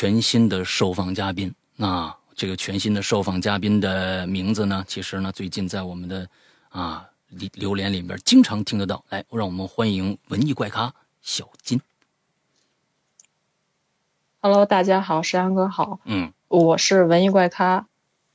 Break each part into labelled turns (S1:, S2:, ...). S1: 全新的受访嘉宾啊。这个全新的受访嘉宾的名字呢，其实呢，最近在我们的啊榴莲里边经常听得到。来，让我们欢迎文艺怪咖小金。
S2: Hello，大家好，石安哥好，
S1: 嗯，
S2: 我是文艺怪咖，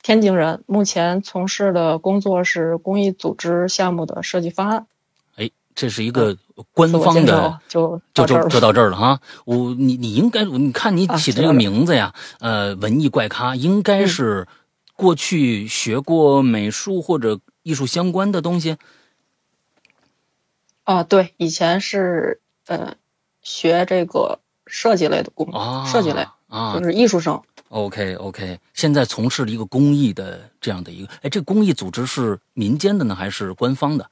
S2: 天津人，目前从事的工作是公益组织项目的设计方案。
S1: 哎，这是一个官方的，
S2: 就
S1: 就
S2: 就
S1: 就到这儿了哈。我你你应该，你看你起的嗯这个名字呀，呃，文艺怪咖应该是过去学过美术或者艺术相关的东西。
S2: 啊，对，以前是呃学这个设计类的工，
S1: 啊
S2: 设计类
S1: 啊
S2: 就是艺术生。
S1: ，OK OK，现在从事了一个公益的这样的一个，哎，这公益组织是民间的呢，还是官方的？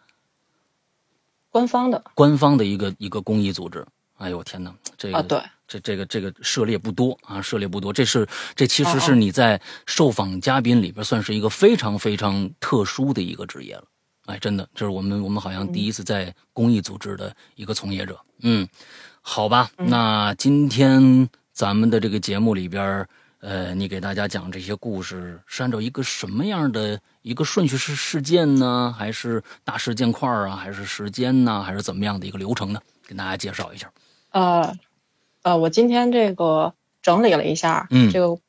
S2: 官方的
S1: 官方的一个一个公益组织。哎呦天哪，这个、
S2: 啊，对，
S1: 这这个这个涉猎不多啊，涉猎不多。这是这其实
S2: 哦哦
S1: 是你在受访嘉宾里边算是一个非常非常特殊的一个职业了。哎，真的，这是我们我们好像
S2: 嗯
S1: 第一次在公益组织的一个从业者。嗯，好吧，
S2: 嗯
S1: 那今天咱们的这个节目里边，呃，你给大家讲这些故事是按照一个什么样的一个顺序是事件呢？还是大事件块儿啊？还是时间呢？还是怎么样的一个流程呢？跟大家介绍一下。
S2: 呃呃，我今天这个整理了一下，
S1: 嗯
S2: 这个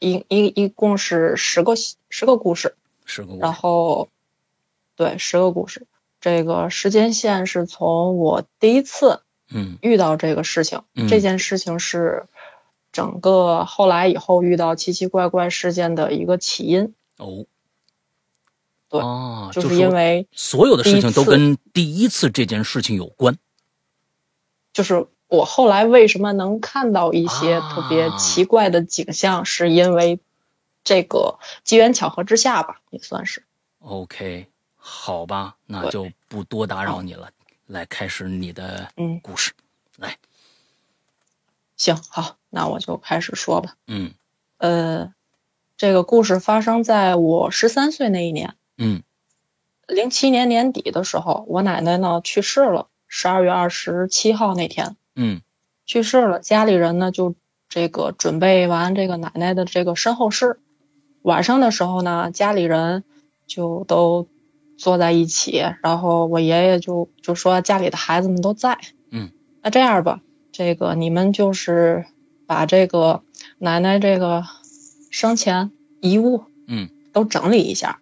S2: 一一一共是十个十个故事，
S1: 是个我
S2: 然后对十个故事，这个时间线是从我第一次
S1: 嗯
S2: 遇到这个事情，
S1: 嗯
S2: 这件事情是整个后来以后遇到奇奇怪怪事件的一个起因，
S1: 哦，
S2: 对
S1: 啊，
S2: 就是是因为
S1: 所有的事情都
S2: 第一次
S1: 跟第一次这件事情有关。
S2: 就是我后来为什么能看到一些特别奇怪的景象，是因为这个机缘巧合之下吧，也算是。
S1: OK，好吧，那
S2: 对
S1: 就不多打扰你了，来开始你的
S2: 嗯
S1: 故事。
S2: 行，好，那我就开始说吧。
S1: 嗯
S2: 呃，这个故事发生在我十三岁那一年，
S1: 嗯
S2: 零七年年底的时候，我奶奶呢去世了，十二月二十七号那天
S1: 嗯
S2: 去世了，家里人呢就这个准备完这个奶奶的这个身后事，晚上的时候呢，家里人就都坐在一起，然后我爷爷就就说家里的孩子们都在，
S1: 嗯，
S2: 那这样吧，这个你们就是把这个奶奶这个生前遗物
S1: 嗯
S2: 都整理一下。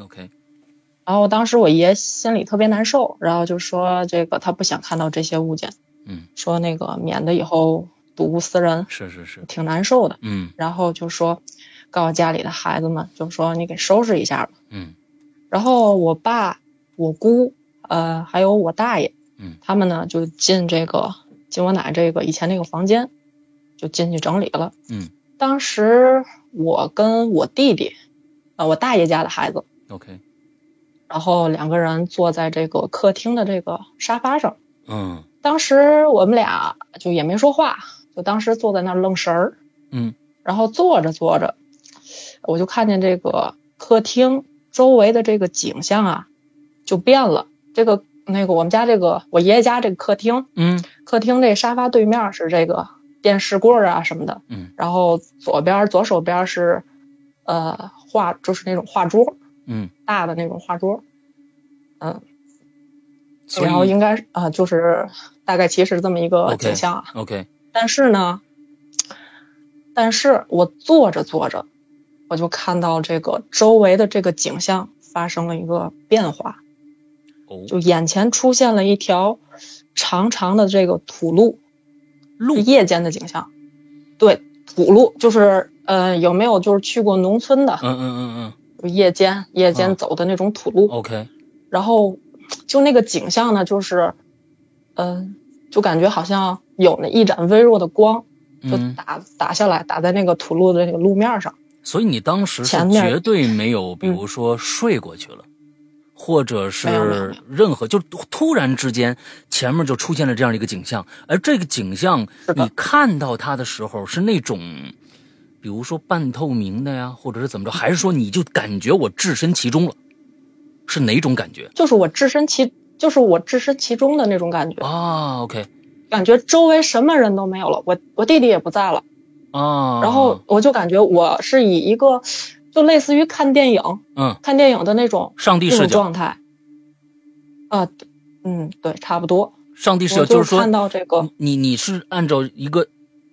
S1: ，OK，
S2: 然后当时我爷心里特别难受，然后就说这个他不想看到这些物件，
S1: 嗯，
S2: 说那个免得以后睹物思人，
S1: 是是是，
S2: 挺难受的。
S1: 嗯
S2: 然后就说告诉家里的孩子们，就说你给收拾一下吧。
S1: 嗯
S2: 然后我爸、我姑，呃，还有我大爷，
S1: 嗯，
S2: 他们呢就进这个进我奶这个以前那个房间，就进去整理了。
S1: 嗯，
S2: 当时我跟我弟弟，呃，我大爷家的孩子，
S1: ，OK，
S2: 然后两个人坐在这个客厅的这个沙发上。
S1: 嗯
S2: 当时我们俩就也没说话，就当时坐在那儿愣神儿。
S1: 嗯
S2: 然后坐着坐着，我就看见这个客厅周围的这个景象啊，就变了。这个那个我们家这个我爷爷家这个客厅，
S1: 嗯
S2: 客厅这沙发对面是这个电视柜儿啊什么的，
S1: 嗯，
S2: 然后左边左手边是呃画就是那种画桌，
S1: 嗯，
S2: 大的那种画桌，嗯，
S1: 所
S2: 然后
S1: 以
S2: 应该是啊、就是大概其实这么一个
S1: OK
S2: 景象啊。
S1: OK，
S2: 但是呢，但是我坐着坐着，我就看到这个周围的这个景象发生了一个变化，
S1: 哦，
S2: 就眼前出现了一条长长的这个土路，
S1: 路
S2: 是夜间的景象。对，土路就是呃，有没有就是去过农村的
S1: 嗯嗯嗯嗯
S2: 就夜间夜
S1: 啊
S2: 间走的那种土路？
S1: ，OK，
S2: 然后就那个景象呢，就是嗯、就感觉好像有那一盏微弱的光。就
S1: 嗯，
S2: 打打下来，打在那个土路的那个路面上。
S1: 所以你当时是
S2: 前面嗯
S1: 绝对没有，比如说睡过去了。或者
S2: 没有没有
S1: 是
S2: 没有
S1: 任何，就是突然之间，前面就出现了这样的一个景象，而这个景象，
S2: 是的
S1: 你看到它的时候是那种，比如说半透明的呀，或者是怎么着，还是说你就感觉我置身其中了，是哪种感觉
S2: 就是我置身其，就是我置身其中的那
S1: 哦
S2: 种感觉，
S1: 啊？OK，
S2: 感觉周围什么人都没有了，我我弟弟也不在了，
S1: 啊，
S2: 然后我就感觉我是以一个就类似于看电影、
S1: 嗯，
S2: 看电影的那种
S1: 上帝
S2: 那
S1: 视
S2: 种
S1: 角，
S2: 状态啊，嗯，对，差不多。
S1: 上帝视角
S2: 我就是
S1: 说嗯
S2: 看到这个，
S1: 你你是按照一个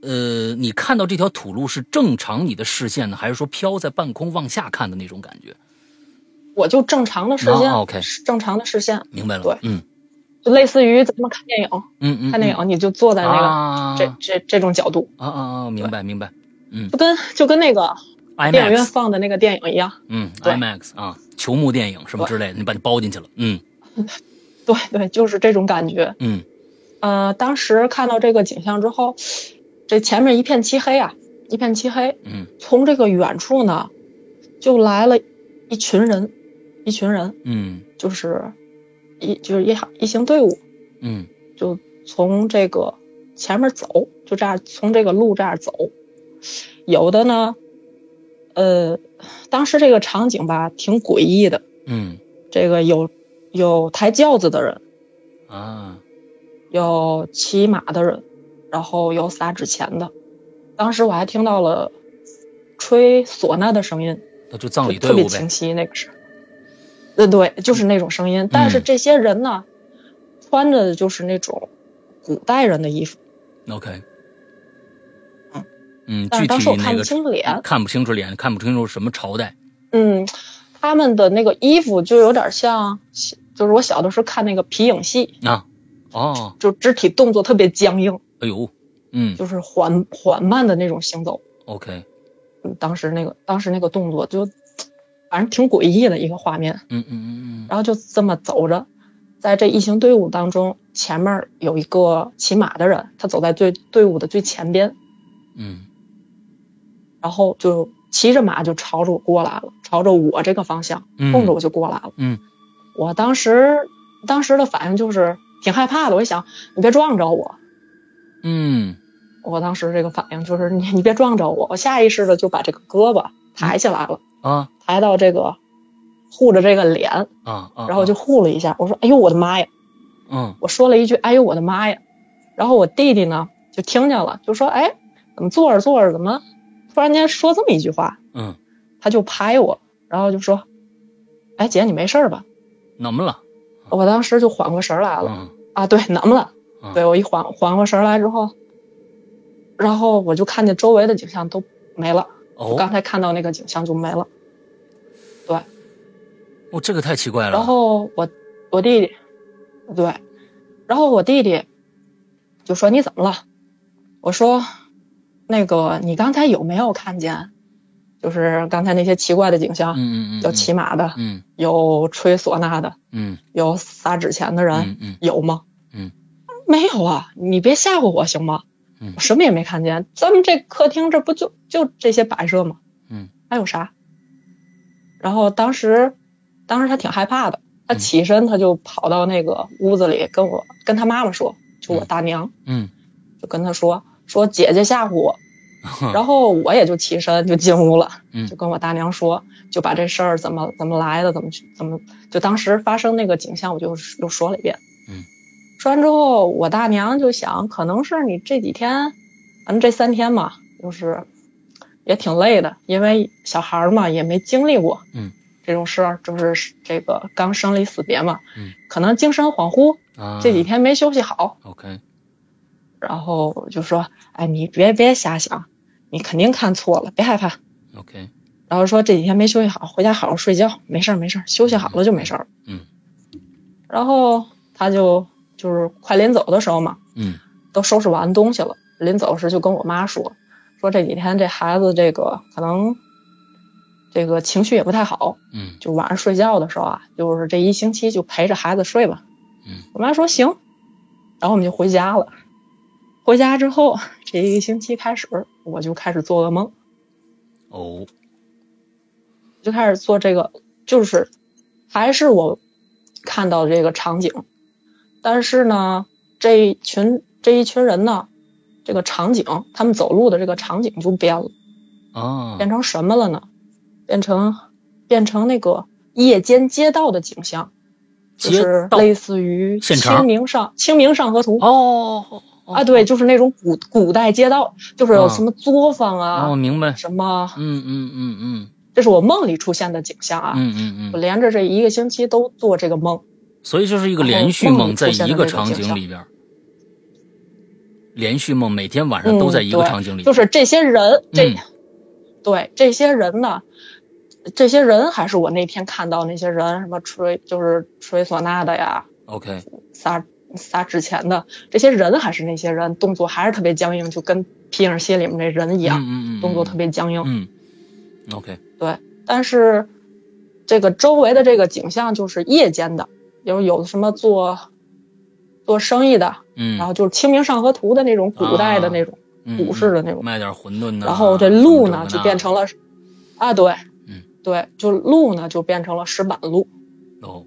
S1: 呃，你看到这条土路是正常你的视线呢，还是说飘在半空往下看的那种感觉？
S2: 我就正常的视线
S1: 啊，OK
S2: 正常的视线，
S1: 明白了，
S2: 对
S1: 嗯
S2: 就类似于咱们看电影，
S1: 嗯嗯，
S2: 看电影你就坐在
S1: 嗯
S2: 那个、
S1: 啊
S2: 这这这种角度，
S1: 啊啊啊，明白明白
S2: 就跟就跟那个电影院
S1: ，IMAX，
S2: 放的那个电影一样，
S1: 嗯
S2: 对
S1: ，IMAX 啊，球幕电影什么之类的，你把你包进去了，嗯
S2: 对对，就是这种感觉。
S1: 嗯
S2: 呃，当时看到这个景象之后，这前面一片漆黑啊，一片漆黑，
S1: 嗯
S2: 从这个远处呢，就来了一群人，一群人
S1: 嗯
S2: 就是一就是一行一行队伍，
S1: 嗯
S2: 就从这个前面走，就这样从这个路这样走。有的呢，呃，当时这个场景吧挺诡异的，
S1: 嗯
S2: 这个有有抬轿子的人，
S1: 啊，
S2: 有骑马的人，然后有撒纸钱的。当时我还听到了吹唢呐的声音，
S1: 那就葬
S2: 就
S1: 礼哦队
S2: 特别
S1: 伍呗
S2: 清，晰那个是，呃对，就是那种声音。但
S1: 嗯
S2: 是这些人呢，穿着就是那种古代人的衣服，
S1: OK，
S2: 嗯
S1: 嗯，
S2: 但
S1: 具
S2: 是当时
S1: 体
S2: 我看
S1: 那
S2: 不
S1: 个
S2: 清脸。
S1: 看不清楚脸，看不清楚什么朝代。
S2: 嗯，他们的那个衣服就有点像，就是我小的时候看那个皮影戏，
S1: 啊，哦，
S2: 就肢体动作特别僵硬，
S1: 哎呦，嗯
S2: 就是缓缓慢的那种行走。
S1: ，OK，
S2: 嗯，当时那个当时那个动作就，反正挺诡异的一个画面。
S1: 嗯嗯嗯嗯
S2: 然后就这么走着，在这一行队伍当中，前面有一个骑马的人，他走在最队伍的最前边，
S1: 嗯
S2: 然后就骑着马就朝着我过来了，朝着我这个方向
S1: 嗯，
S2: 冲着我就过来了。
S1: 嗯
S2: 我当时当时的反应就是挺害怕的，我一想你别撞着我，
S1: 嗯
S2: 我当时这个反应就是你你别撞着我，我下意识的就把这个胳膊抬起来了，
S1: 啊
S2: 抬到这个护着这个脸，
S1: 啊啊，
S2: 然后
S1: 啊
S2: 就护了一下，我说哎呦我的妈呀！
S1: 嗯
S2: 我说了一句：“哎呦，我的妈呀！”然后我弟弟呢就听见了，就说：“哎，怎么坐着坐着，怎么突然间说这么一句话
S1: 嗯，？”
S2: 他就拍我，然后就说：“哎，姐，你没事儿吧
S1: 怎么了？？”
S2: 我当时就缓过神儿来了
S1: 嗯
S2: 啊，对，能了
S1: 嗯？
S2: 对我一缓缓过神儿来之后，然后我就看见周围的景象都没了，我刚
S1: 哦，啊
S2: 才看到那个景象就没了。
S1: 哦，这个太奇怪了。
S2: 然后我我弟弟，对，然后我弟弟就说你怎么了？我说那个你刚才有没有看见，就是刚才那些奇怪的景象，
S1: 嗯，嗯嗯嗯，
S2: 有骑马的，
S1: 嗯
S2: 有吹唢呐的，
S1: 嗯
S2: 有撒纸钱的人，
S1: 嗯嗯
S2: 有吗？
S1: 嗯，
S2: 没有啊，你别吓唬我行吗？
S1: 嗯
S2: 我什么也没看见，咱们这客厅这不就就这些摆设吗？
S1: 嗯，
S2: 还有啥？然后当时，当时他挺害怕的，他
S1: 嗯
S2: 起身他就跑到那个屋子里跟我跟他妈妈说，就我
S1: 嗯
S2: 大娘
S1: 嗯
S2: 就跟他说说姐姐吓唬 我，
S1: 嗯，
S2: 然后我也就起身就进屋了，
S1: 嗯
S2: 就跟我大娘说，就把这事儿怎么怎么来的，怎么去怎么，就当时发生那个景象，我就又说了一遍。
S1: 嗯，
S2: 说完之后，我大娘就想，可能是你这几天，咱们这三天嘛，就是也挺累的，因为小孩儿嘛也没经历过，
S1: 嗯，
S2: 这种事儿就是这个刚生离死别嘛，
S1: 嗯，
S2: 可能精神恍惚，
S1: 啊
S2: 这几天没休息好，
S1: OK，
S2: 然后我就说，哎，你别别瞎想，你肯定看错了，别害怕。
S1: OK，
S2: 然后说这几天没休息好，回家好好睡觉，没事儿没事儿，休息好了就没事儿。
S1: 嗯。
S2: 然后他就就是快临走的时候嘛，
S1: 嗯
S2: 都收拾完东西了，临走时就跟我妈说，说这几天这孩子这个可能这个情绪也不太好，
S1: 嗯
S2: 就晚上睡觉的时候啊，就是这一星期就陪着孩子睡吧。
S1: 嗯，
S2: 我妈说行，然后我们就回家了。回家之后，这一个星期开始，我就开始做噩梦。
S1: 哦
S2: 就开始做这个，就是还是我看到这个场景，但是呢，这一群这一群人呢，这个场景，他们走路的这个场景就变了，
S1: 啊
S2: 变成什么了呢？变成变成那个夜间街道的景象，就
S1: 街
S2: 是
S1: 道
S2: 类似于
S1: 现
S2: 《
S1: 成
S2: 清明上清明上河图》
S1: 哦哦
S2: 啊，对，就是那种古古代街道，就是有什么作坊啊，
S1: 哦，明白，
S2: 什么，
S1: 嗯嗯嗯嗯
S2: 这是我梦里出现的景象啊。
S1: 嗯嗯
S2: 我
S1: 嗯，
S2: 连着这一个星期都做这个梦，
S1: 所以就是一个
S2: 然后
S1: 连续
S2: 梦
S1: 梦，
S2: 里
S1: 在
S2: 出现
S1: 一
S2: 的
S1: 个
S2: 那种
S1: 场
S2: 景
S1: 景
S2: 象
S1: 里边儿，连续梦每天晚上都
S2: 嗯
S1: 在一个
S2: 对
S1: 场景里边儿，
S2: 就是这些人，这、
S1: 嗯
S2: 对这些人呢，这些人还是我那天看到那些人，什么吹就是吹唢呐的呀，
S1: OK，
S2: 撒撒纸钱的，这些人还是那些人，动作还是特别僵硬，就跟《皮影戏》里面那人一样，
S1: 嗯嗯嗯，
S2: 动作
S1: 嗯
S2: 特别僵硬。
S1: 嗯，OK，
S2: 但是这个周围的这个景象就是夜间的，有有什么做做生意的，
S1: 嗯，
S2: 然后就是《清明上河图》的那种古代的那种
S1: 股
S2: 股市的那种，
S1: 嗯卖点馄饨呢，
S2: 然后这路
S1: 什么
S2: 呢
S1: 这啊个
S2: 就
S1: 那
S2: 变成了啊，对，
S1: 嗯
S2: 对，就路呢就变成了石板路，
S1: 哦，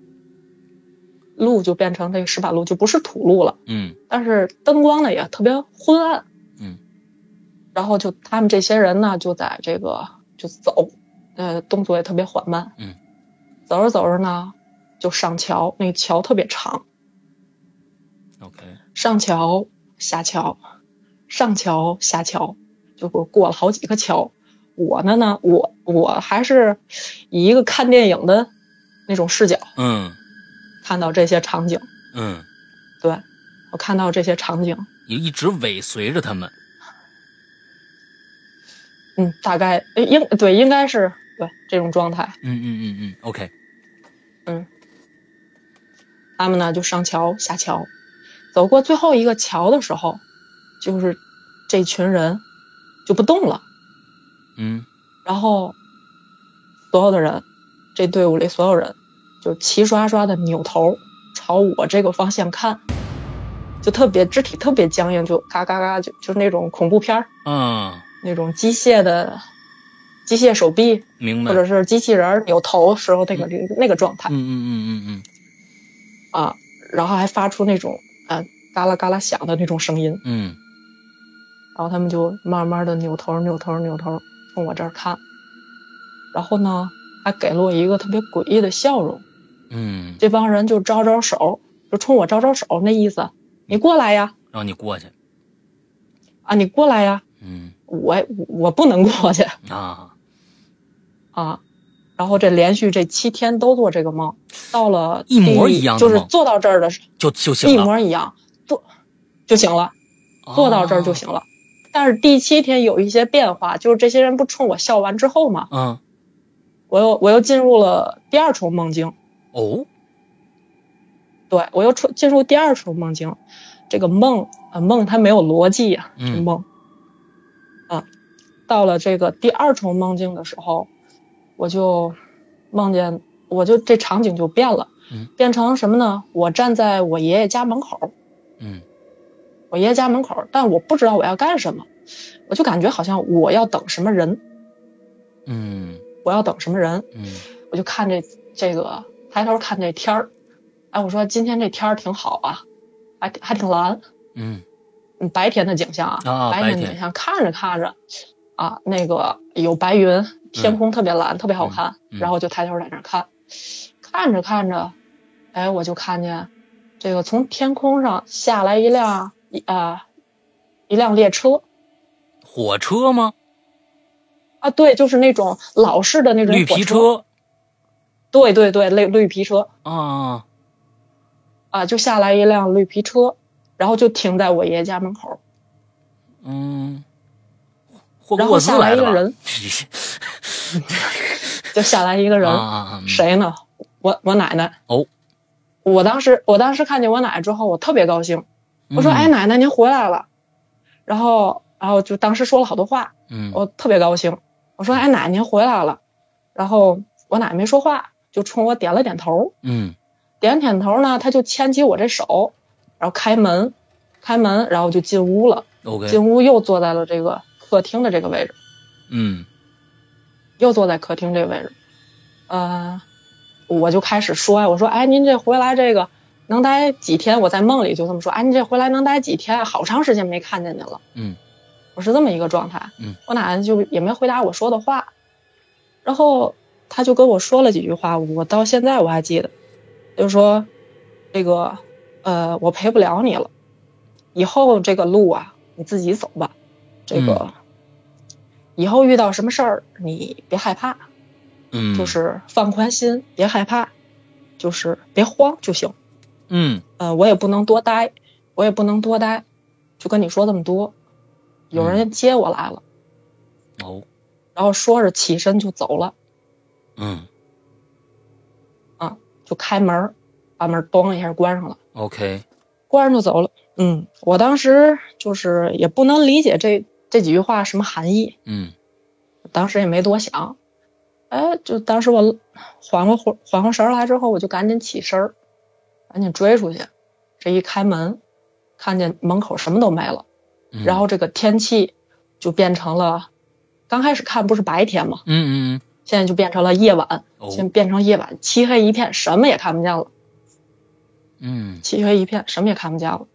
S2: 路就变成这个石板路，就不是土路了。
S1: 嗯
S2: 但是灯光呢也特别昏暗。
S1: 嗯。
S2: 然后就他们这些人呢，就在这个就走，呃，动作也特别缓慢。
S1: 嗯。
S2: 走着走着呢，就上桥，那个桥特别长，
S1: ，OK，
S2: 上桥下桥，上桥下桥，就过过了好几个桥。我呢呢，我我还是以一个看电影的那种视角
S1: 嗯
S2: 看到这些场景，
S1: 嗯，
S2: 对我看到这些场景，
S1: 你一直尾随着他们，
S2: 嗯，大概呃应对应该是对这种状态。
S1: 嗯嗯嗯嗯，OK，
S2: 他们呢就上桥下桥，走过最后一个桥的时候，就是这群人就不动了，
S1: 嗯
S2: 然后所有的人，这队伍里所有人就齐刷刷的扭头朝我这个方向看，就特别肢体特别僵硬，就嘎嘎嘎就就是那种恐怖片儿
S1: 啊，
S2: 那种机械的机械手臂
S1: 明白，
S2: 或者是机器人儿扭头时候那个那个状态。
S1: 嗯嗯嗯嗯
S2: 啊，然后还发出那种啊嘎啦嘎啦响的那种声音，
S1: 嗯
S2: 然后他们就慢慢的扭头扭头扭头冲我这儿看，然后呢还给了我一个特别诡异的笑容，
S1: 嗯嗯，
S2: 这帮人就招招手，就冲我招招手，那意思你过来呀，
S1: 让你过去，
S2: 啊你过来呀，
S1: 嗯
S2: 我我不能过去
S1: 啊，
S2: 啊。然后这连续这七天都做这个梦，到了
S1: 一模
S2: 第
S1: 一样的
S2: 就是
S1: 梦
S2: 做到这儿的时候
S1: 就就
S2: 一
S1: 行了，
S2: 模一样，做就行了。做到这儿就
S1: 啊，
S2: 行了。但是第七天有一些变化，就是这些人不冲我笑完之后嘛，
S1: 嗯，
S2: 我又我又进入了第二重梦境，
S1: 哦，
S2: 对我又出进入第二重梦境。这个梦啊梦它没有逻辑呀、这
S1: 嗯
S2: 梦啊，到了这个第二重梦境的时候，我就梦见我就这场景就变了
S1: 嗯，
S2: 变成什么呢？我站在我爷爷家门口，
S1: 嗯
S2: 我爷爷家门口，但我不知道我要干什么，我就感觉好像我要等什么人，
S1: 嗯
S2: 我要等什么人，
S1: 嗯
S2: 我就看这这个，抬头看这天儿，哎，我说今天这天儿挺好啊，还还挺蓝，
S1: 嗯
S2: 嗯，白天的景象啊，
S1: 啊，
S2: 白
S1: 白
S2: 的景
S1: 天，
S2: 象看着看着，啊，那个有白云，天空特别蓝，特别好看，
S1: 嗯嗯嗯
S2: 然后我就抬头在那儿看，看着看着，哎，我就看见这个从天空上下来一辆一啊、一辆列车
S1: 火车吗？
S2: 啊，对，就是那种老式的那种
S1: 绿
S2: 火
S1: 皮
S2: 车，
S1: 车
S2: 对对对，绿绿皮车，
S1: 啊，
S2: 啊，就下来一辆绿皮车，然后就停在我爷爷家门口，
S1: 嗯，霍
S2: 然
S1: 格
S2: 后
S1: 沃兹
S2: 下来
S1: 来
S2: 一
S1: 的
S2: 个
S1: 吧？
S2: 人，就下来一个 人，
S1: 啊啊啊！嗯
S2: 谁呢？我我奶奶。
S1: 哦，
S2: 我当时我当时看见我奶奶之后，我特别高兴，
S1: 嗯
S2: 我说：“哎，，奶奶您回来了。”然后然后就当时说了好多话，
S1: 嗯
S2: 我特别高兴，我说：“哎，奶奶您回来了。”然后我奶奶没说话，就冲我点了点头，
S1: 嗯
S2: 点点头呢，她就牵起我这手，然后开门，开门，然后就进屋了。
S1: ，OK，
S2: 进屋又坐在了这个客厅的这个位置，
S1: 嗯
S2: 又坐在客厅这个位置。呃，我就开始说呀，我说，哎，您这回来这个能待几天？我在梦里就这么说，哎，您这回来能待几天？啊好长时间没看见您了。
S1: 嗯，
S2: 我是这么一个状态。
S1: 嗯，
S2: 我奶奶就也没回答我说的话，然后她就跟我说了几句话，我到现在我还记得，就说这个呃，我陪不了你了，以后这个路啊，你自己走吧。这个、
S1: 嗯
S2: 以后遇到什么事儿，你别害怕，
S1: 嗯，
S2: 就是放宽心，别害怕，就是别慌就行。
S1: 嗯
S2: 呃，我也不能多待，我也不能多待，就跟你说这么多。有人接我来了，
S1: 哦
S2: 然后说着起身就走了，
S1: 嗯
S2: 就开门儿，把门儿咚一下关上了。
S1: ，OK，
S2: 关上就走了。嗯，我当时就是也不能理解这这几句话什么含义，
S1: 嗯
S2: 当时也没多想。哎，就当时我缓过缓缓过神儿来之后，我就赶紧起身儿，赶紧追出去。这一开门，看见门口什么都没了，
S1: 嗯，
S2: 然后这个天气就变成了，刚开始看不是白天嘛，
S1: 嗯嗯嗯，
S2: 现在就变成了夜晚，现在
S1: 哦，
S2: 变成夜晚，漆黑一片，什么也看不见了，
S1: 嗯
S2: 漆黑一片，什么也看不见了。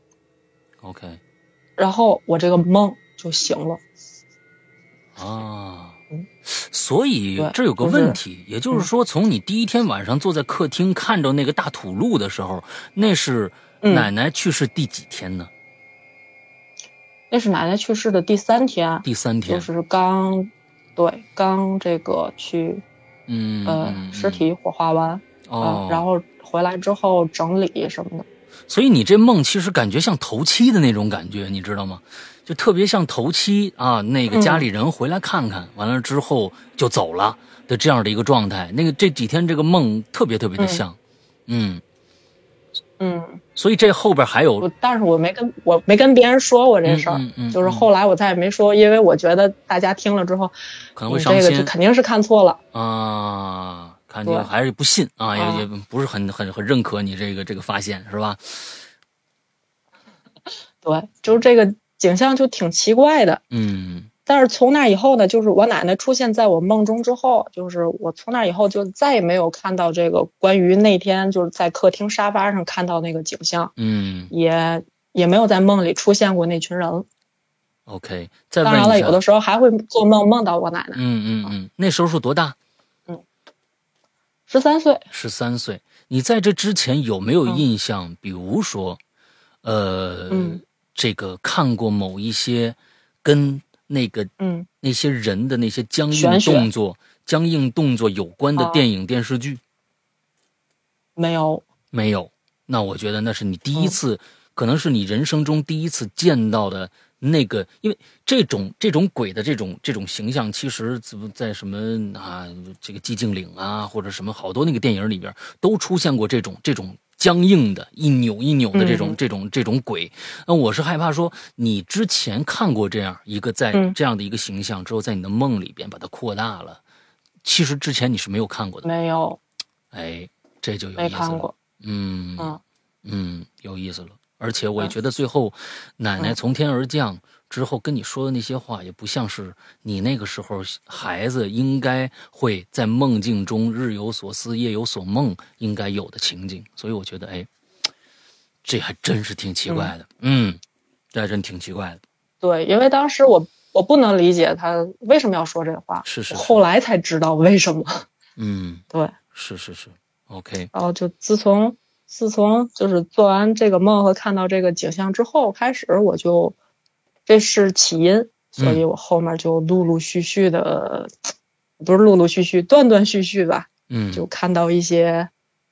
S1: ，OK，
S2: 然后我这个梦就醒了。
S1: 啊
S2: 嗯，
S1: 所以
S2: 对
S1: 这有个
S2: 就是嗯
S1: 问题，也就是说，从你第一天晚上坐在客厅看着那个大土路的时候，那是
S2: 嗯
S1: 奶奶去世第几天呢？
S2: 那是奶奶去世的第三天，
S1: 第三天
S2: 就。是刚，对，刚这个去
S1: 嗯，
S2: 呃
S1: 嗯
S2: 尸体火化完啊、
S1: 哦，
S2: 然后回来之后整理什么的，
S1: 所以你这梦其实感觉像头七的那种感觉，你知道吗？就特别像头七啊，那个家里人回来看
S2: 嗯
S1: 看，完了之后就走了的这样的一个状态。那个这几天这个梦特别特别的像，嗯
S2: 嗯，
S1: 所以这后边还有
S2: 我但是我没跟我没跟别人说过这
S1: 嗯
S2: 事儿、
S1: 嗯嗯
S2: 就是后来我再也没说，因为我觉得大家听了之后，
S1: 可能啊
S2: 你
S1: 会伤
S2: 这个
S1: 心
S2: 就肯定是看错了，
S1: 啊，看
S2: 对
S1: 你还是不信啊，
S2: 啊
S1: 也也不是很很很认可你这个这个发现是吧？
S2: 对，就是这个景象就挺奇怪的。
S1: 嗯
S2: 但是从那以后呢，就是我奶奶出现在我梦中之后，就是我从那以后就再也没有看到这个关于那天就是在客厅沙发上看到那个景象，
S1: 嗯
S2: 也也没有在梦里出现过那群人了。
S1: ，OK，再
S2: 当
S1: 问一
S2: 然
S1: 下，
S2: 了，有的时候还会做梦梦到我奶奶。
S1: 嗯嗯嗯，那时候是多大？
S2: 十三岁，
S1: 十三岁，你在这之前有没有
S2: 嗯
S1: 印象？比如说，呃，
S2: 嗯
S1: 这个看过某一些跟那个
S2: 嗯，
S1: 那些人的那些僵硬
S2: 玄学
S1: 动作、僵硬动作有关的
S2: 啊
S1: 电影、电视剧
S2: 没有，
S1: 没有？那我觉得那是你第一
S2: 嗯
S1: 次，可能是你人生中第一次见到的那个，因为这种这种鬼的这种这种形象，其实怎么在什么啊这个寂静岭啊，或者什么好多那个电影里边都出现过这种这种。僵硬的，一扭一扭的这种、
S2: 嗯
S1: 这种这种鬼，那我是害怕说你之前看过这样一个在
S2: 嗯
S1: 这样的一个形象之后，在你的梦里边把它扩大了，其实之前你是没有看过的，
S2: 没有，
S1: 哎，这就有意
S2: 没
S1: 思
S2: 看
S1: 了，
S2: 过。
S1: 嗯
S2: 嗯
S1: 嗯，有意思了。而且我也
S2: 嗯
S1: 觉得最后，奶奶
S2: 嗯
S1: 从天而降之后跟你说的那些话，也不像是你那个时候孩子应该会在梦境中日有所思夜有所梦应该有的情景。所以我觉得，哎，这还真是挺奇怪的。嗯，这还真挺奇怪的。
S2: 对，因为当时我我不能理解他为什么要说这话，
S1: 是是
S2: 我
S1: 是
S2: 后来才知道为什么。
S1: 嗯，
S2: 对，
S1: 是是是。OK，
S2: 然后就自从自从就是做完这个梦和看到这个景象之后开始，我就这是起因，所
S1: 嗯
S2: 以我后面就陆陆续续的，不是陆陆续续，断断续续吧，
S1: 嗯，
S2: 就看到一些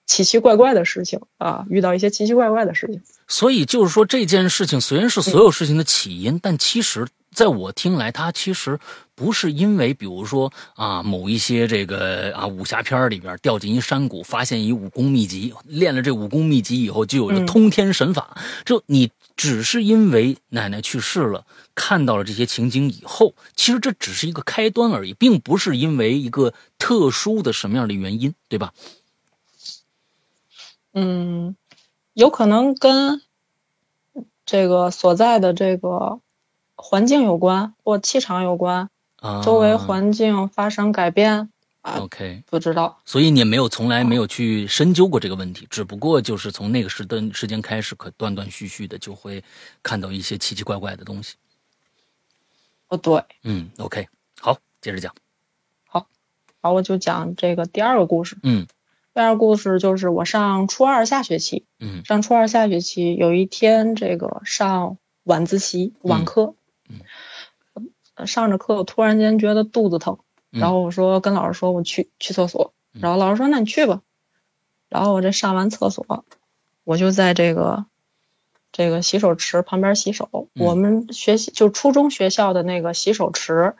S2: 奇奇怪怪的事情啊，遇到一些奇奇怪怪的事情。
S1: 所以就是说，这件事情虽然
S2: 嗯
S1: 是所有事情的起因，但其实在我听来，它其实不是因为，比如说啊，某一些这个啊武侠片里边掉进一山谷，发现一武功秘籍，练了这武功秘籍以后就有了
S2: 嗯
S1: 通天神法。就你只是因为奶奶去世了，看到了这些情景以后，其实这只是一个开端而已，并不是因为一个特殊的什么样的原因，对吧？
S2: 嗯，有可能跟这个所在的这个环境有关，或气场有关，
S1: 啊，
S2: 周围环境发生改变，
S1: OK。
S2: 不知道。
S1: 所以你也没有从来没有去深究过这个问题，只不过就是从那个时段时间开始，可断断续续的就会看到一些奇奇怪怪的东西。
S2: 哦，对。
S1: 嗯，OK，好，接着讲。
S2: 好，我就讲这个第二个故事。
S1: 嗯
S2: 第二个故事就是我上初二下学期，
S1: 嗯
S2: 上初二下学期有一天，这个上晚自习
S1: 嗯
S2: 晚课，呃上着课突然间觉得肚子疼，
S1: 嗯
S2: 然后我说跟老师说我去去厕所，
S1: 嗯
S2: 然后老师说那你去吧，然后我这上完厕所，我就在这个这个洗手池旁边洗手。
S1: 嗯
S2: 我们学习就初中学校的那个洗手池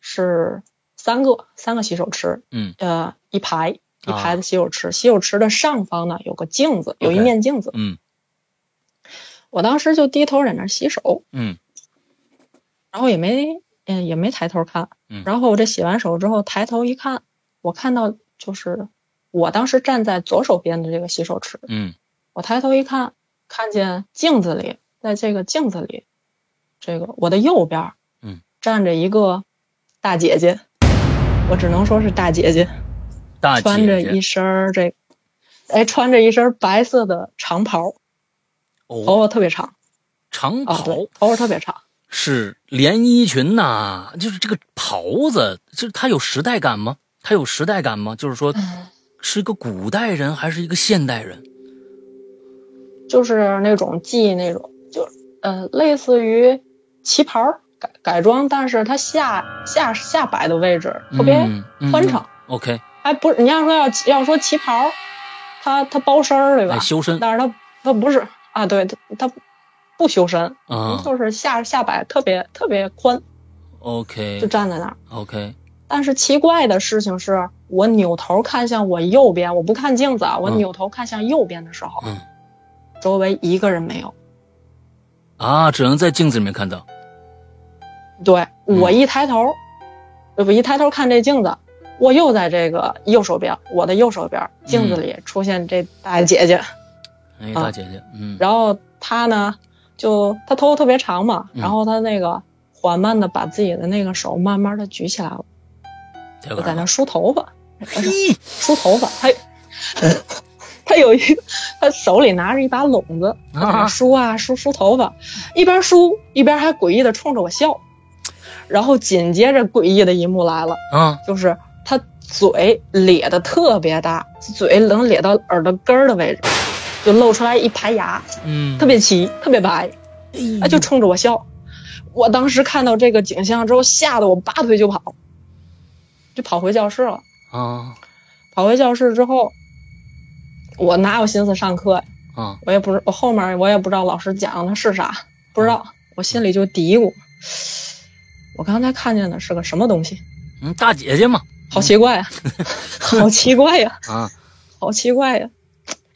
S2: 是三个三个洗手池，
S1: 嗯，
S2: 呃，一排一
S1: 啊
S2: 排的洗手池，洗手池的上方呢有个镜子，有一
S1: OK
S2: 面镜子。
S1: 嗯
S2: 我当时就低头在那儿洗手，
S1: 嗯
S2: 然后也没嗯也没抬头看
S1: 嗯，
S2: 然后我这洗完手之后抬头一看，我看到就是我当时站在左手边的这个洗手池，
S1: 嗯
S2: 我抬头一看，看见镜子里，在这个镜子里，这个我的右边儿，
S1: 嗯，
S2: 站着一个大姐姐，我只能说是大姐姐，
S1: 大
S2: 穿着
S1: 啊姐
S2: 一
S1: 姐，
S2: 身儿这，哎，穿着一身白色的长袍，头
S1: 哦，
S2: 发特别长
S1: 长
S2: 啊，
S1: 袍
S2: 对，头发特别长，
S1: 是连衣裙呐、就是这个袍子，就是它有时代感吗？它有时代感吗？就是说，
S2: 嗯
S1: 是一个古代人还是一个现代人？
S2: 就是那种系那种，就呃，类似于旗袍儿改改装，但是它下下下摆的位置特别
S1: 嗯嗯
S2: 宽敞。
S1: OK，
S2: 哎，不是，你要说要要说旗袍，它它包身儿对吧？
S1: 哎，修身啊
S2: 但是它它不是啊，对它它不修身，
S1: 啊
S2: 就是下下摆特别特别宽，就
S1: ，OK
S2: 站在那儿。
S1: OK，
S2: 但是奇怪的事情是，我扭头看向我右边，我不看镜子啊，我
S1: 嗯
S2: 扭头看向右边的时候，
S1: 嗯
S2: 周围一个人没有。
S1: 啊，只能在镜子里面看到，
S2: 对
S1: 嗯
S2: 我一抬头，呃不一抬头看这镜子，我又在这个右手边，我的右手边镜子里出现这大姐姐，
S1: 哎，
S2: 啊
S1: 大姐姐，嗯，
S2: 然后她呢，就她头发特别长嘛，
S1: 嗯
S2: 然后她那个缓慢的把自己的那个手慢慢的举起来了，
S1: 嗯这
S2: 我
S1: 个
S2: 在
S1: 人
S2: 那梳头发，
S1: 嘿，
S2: 梳头发，
S1: 哎
S2: 她。她有一个，她手里拿着一把笼子，她在那
S1: 啊
S2: 梳啊梳梳头发，一边梳一边还诡异的冲着我笑，然后紧接着诡异的一幕来了，
S1: 啊，
S2: 就是他嘴咧的特别大，嘴能咧到耳朵根儿的位置，就露出来一排牙，
S1: 嗯，
S2: 特别齐，特别白，
S1: 哎
S2: 他就冲着我笑。我当时看到这个景象之后，吓得我拔腿就跑，就跑回教室了。
S1: 啊
S2: 跑回教室之后，我哪有心思上课呀？
S1: 啊，
S2: 我也不知我后面我也不知道老师讲的是啥，不
S1: 嗯
S2: 知道，我心里就嘀咕，我刚才看见的是个什么东西，
S1: 嗯，大姐姐嘛，
S2: 好奇怪 呀、好奇怪呀、
S1: 啊，
S2: 好奇怪呀、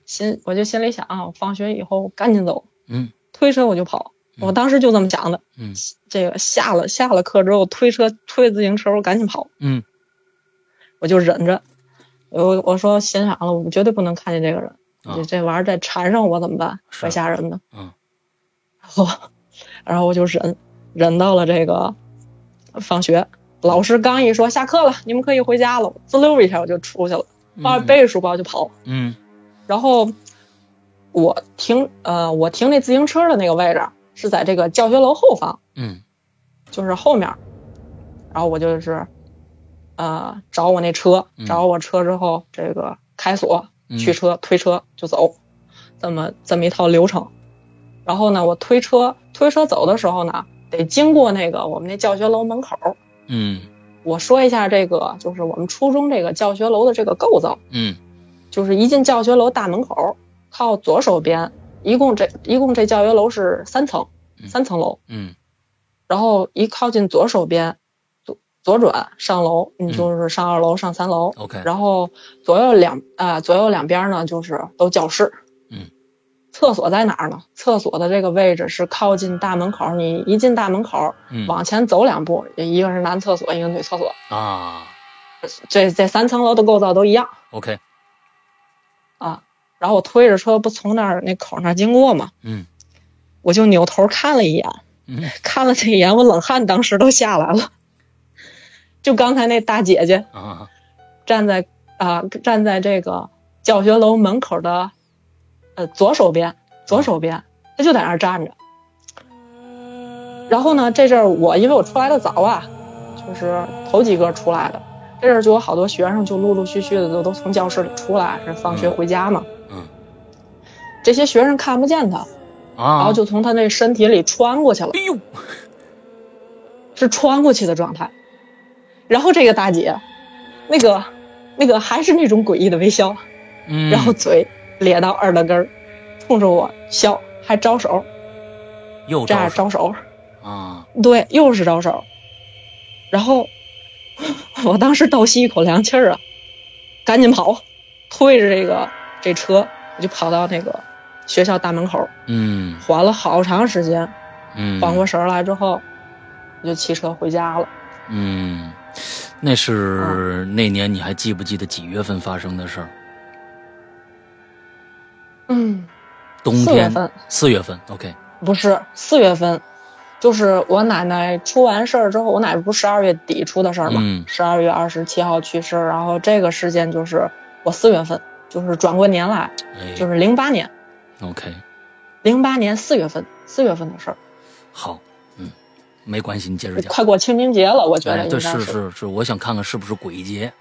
S2: 心我就心里想啊，我放学以后赶紧走，
S1: 嗯
S2: 推车我就跑。
S1: 嗯
S2: 我当时就这么想的，
S1: 嗯
S2: 这个下了下了课之后，推车推自行车，我赶紧跑，
S1: 嗯
S2: 我就忍着。我我说心想了，我绝对不能看见这个人，
S1: 啊
S2: 这这玩意儿再缠上我怎么办？
S1: 是
S2: 怪吓人的。
S1: 嗯
S2: 然后然后我就忍，忍到了这个放学，老师刚一说下课了，你们可以回家了，我滋溜一下我就出去了，抱着
S1: 嗯
S2: 背着书包就跑。
S1: 嗯
S2: 然后我停呃，我停那自行车的那个位置是在这个教学楼后方，
S1: 嗯
S2: 就是后面儿。然后我就是呃找我那车
S1: 嗯，
S2: 找我车之后，这个开锁、
S1: 嗯，
S2: 取车、推车就走，这么这么一套流程。然后呢，我推车推车走的时候呢，得经过那个我们那教学楼门口儿。
S1: 嗯
S2: 我说一下这个，就是我们初中这个教学楼的这个构造。
S1: 嗯
S2: 就是一进教学楼大门口，靠左手边，一共这一共这教学楼是三层，
S1: 嗯
S2: 三层楼，
S1: 嗯
S2: 然后一靠近左手边，左左转上楼，你就是上二楼、上三楼，
S1: 嗯哦，OK，
S2: 然后左右两啊、左右两边呢就是都教室，
S1: 嗯，
S2: 厕所在哪儿呢？厕所的这个位置是靠近大门口，你一进大门口
S1: 嗯
S2: 往前走两步，一个是男厕所，一个是女厕所，
S1: 啊
S2: 这这三层楼的构造都一样。
S1: ，OK，
S2: 啊，然后我推着车不从那儿那口那儿经过嘛，
S1: 嗯
S2: 我就扭头看了一眼，
S1: 嗯
S2: 看了这一眼，我冷汗当时都下来了。 就刚才那大姐姐
S1: 啊，
S2: 站在啊、站在这个教学楼门口的呃左手边，左手边，她就在那儿站着。然后呢，这阵儿我因为我出来的早啊，就是头几个出来的，这阵儿就有好多学生就陆陆续续的都都从教室里出来，是放学回家嘛。
S1: 嗯
S2: 这些学生看不见他，
S1: 啊，
S2: 然后就从他那身体里穿过去了，
S1: 哎呦，
S2: 是穿过去的状态。然后这个大姐，那个那个还是那种诡异的微笑，
S1: 嗯，
S2: 然后嘴咧到二郎根儿，冲着我笑，还招手，
S1: 又
S2: 这样
S1: 手
S2: 招手，
S1: 啊，
S2: 对，又是招手。然后 我当时倒吸一口凉气儿啊，赶紧跑，推着这个这车，我就跑到那个学校大门口，
S1: 嗯
S2: 缓了好长时间，
S1: 嗯，
S2: 缓过神儿来之后，我就骑车回家了。
S1: 嗯，那是那年你还记不记得几月份发生的事儿？
S2: 嗯，
S1: 冬
S2: 四月
S1: 天，
S2: 份
S1: 四月份，OK，
S2: 不是四月份，就是我奶奶出完事儿之后，我奶奶不是十二月底出的事儿
S1: 嗯
S2: 嘛，十二、月二十七号去世。然后这个事件就是我四月份，就是转过年来，
S1: 哎，
S2: 就是零八年，
S1: OK，
S2: 零八年四月份，四月份的事儿，
S1: 好，嗯，没关系，你接着讲。
S2: 快过清明节了，我觉得
S1: 哎，
S2: 应
S1: 对，
S2: 该
S1: 是是是，我想看看是不是鬼节，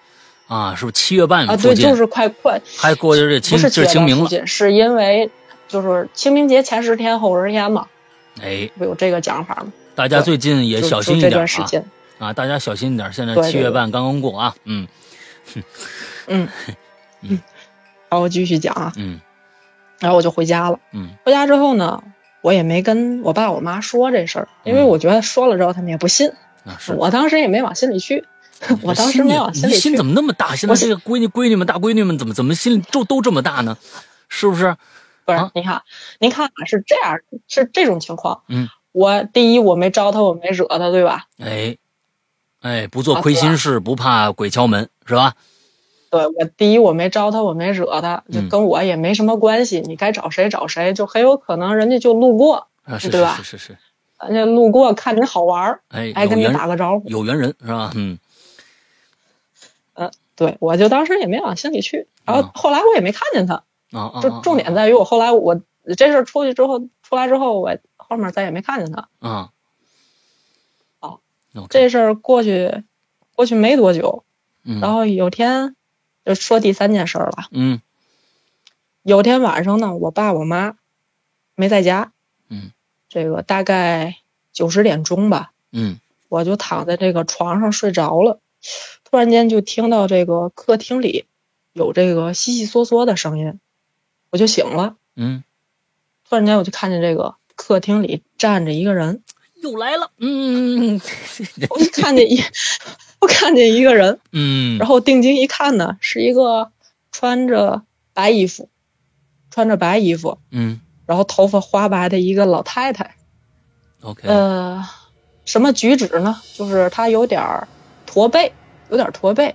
S1: 啊，是不是七月半
S2: 啊，
S1: 附
S2: 对，
S1: 近？
S2: 就是快快，
S1: 还过这这
S2: 不
S1: 清这
S2: 是七月
S1: 清
S2: 份
S1: 明
S2: 附
S1: 了，
S2: 近，是因为就是清明节前十天后十天嘛，
S1: 哎，
S2: 不有这个讲法吗？
S1: 大家最近也
S2: 就
S1: 小
S2: 就
S1: 心一
S2: 这
S1: 点
S2: 段时
S1: 啊
S2: 间，
S1: 啊，大家小心一点，现在
S2: 对对
S1: 七月半刚刚过啊，嗯
S2: 嗯，嗯，然后我继续讲啊，
S1: 嗯
S2: 然后我就回家了。
S1: 嗯
S2: 回家之后呢，我也没跟我爸我妈说这事儿，因为
S1: 嗯
S2: 我觉得说了之后他们也不信。
S1: 啊是，
S2: 我当时也没往心里去，
S1: 你
S2: 我
S1: 这
S2: 当时
S1: 心
S2: 没
S1: 也
S2: 往
S1: 你
S2: 心里
S1: 心
S2: 去
S1: 怎么那么大？现在
S2: 我
S1: 这个闺女闺女们大闺女们怎么怎么心都都这么大呢？是不是？
S2: 不是
S1: 啊？
S2: 你看，您看啊，是这样，是这种情况。
S1: 嗯，
S2: 我第一我没招他，我没惹他，对吧？
S1: 哎哎，不做
S2: 啊
S1: 亏
S2: 对
S1: 心
S2: 啊
S1: 事，不怕鬼敲门，是吧？
S2: 对我第一我没招他，我没惹他，就
S1: 嗯
S2: 跟我也没什么关系。你该找谁找谁，就很有可能人家就路过，
S1: 啊是
S2: 对
S1: 是
S2: 吧
S1: 是是是，
S2: 人家路过看你好玩儿，
S1: 哎
S2: 哎，
S1: 有
S2: 跟你
S1: 缘
S2: 打个招呼。
S1: 有缘人是吧？嗯
S2: 对我就当时也没往心里去，然后
S1: 啊
S2: 后来我也没看见他。
S1: 啊啊，
S2: 就
S1: 啊
S2: 重点在于我后来我这事儿出去之后，出来之后我后面再也没看见他。
S1: 啊，
S2: 哦
S1: ，OK，
S2: 这事儿过去过去没多久，
S1: 嗯
S2: 然后有天就说第三件事儿了。
S1: 嗯
S2: 有天晚上呢，我爸我妈没在家，
S1: 嗯，
S2: 这个大概九十点钟吧，
S1: 嗯
S2: 我就躺在这个床上睡着了，突然间就听到这个客厅里有这个悉悉嗦嗦的声音，我就醒了。
S1: 嗯，
S2: 突然间我就看见这个客厅里站着一个人。
S1: 又来了，嗯
S2: 我就看见一， 我看见一个人，
S1: 嗯
S2: 然后定睛一看呢，是一个穿着白衣服，穿着白衣服，
S1: 嗯
S2: 然后头发花白的一个老太太。
S1: ，OK，
S2: 呃，什么举止呢？就是她有点儿驼背，有点儿驼背，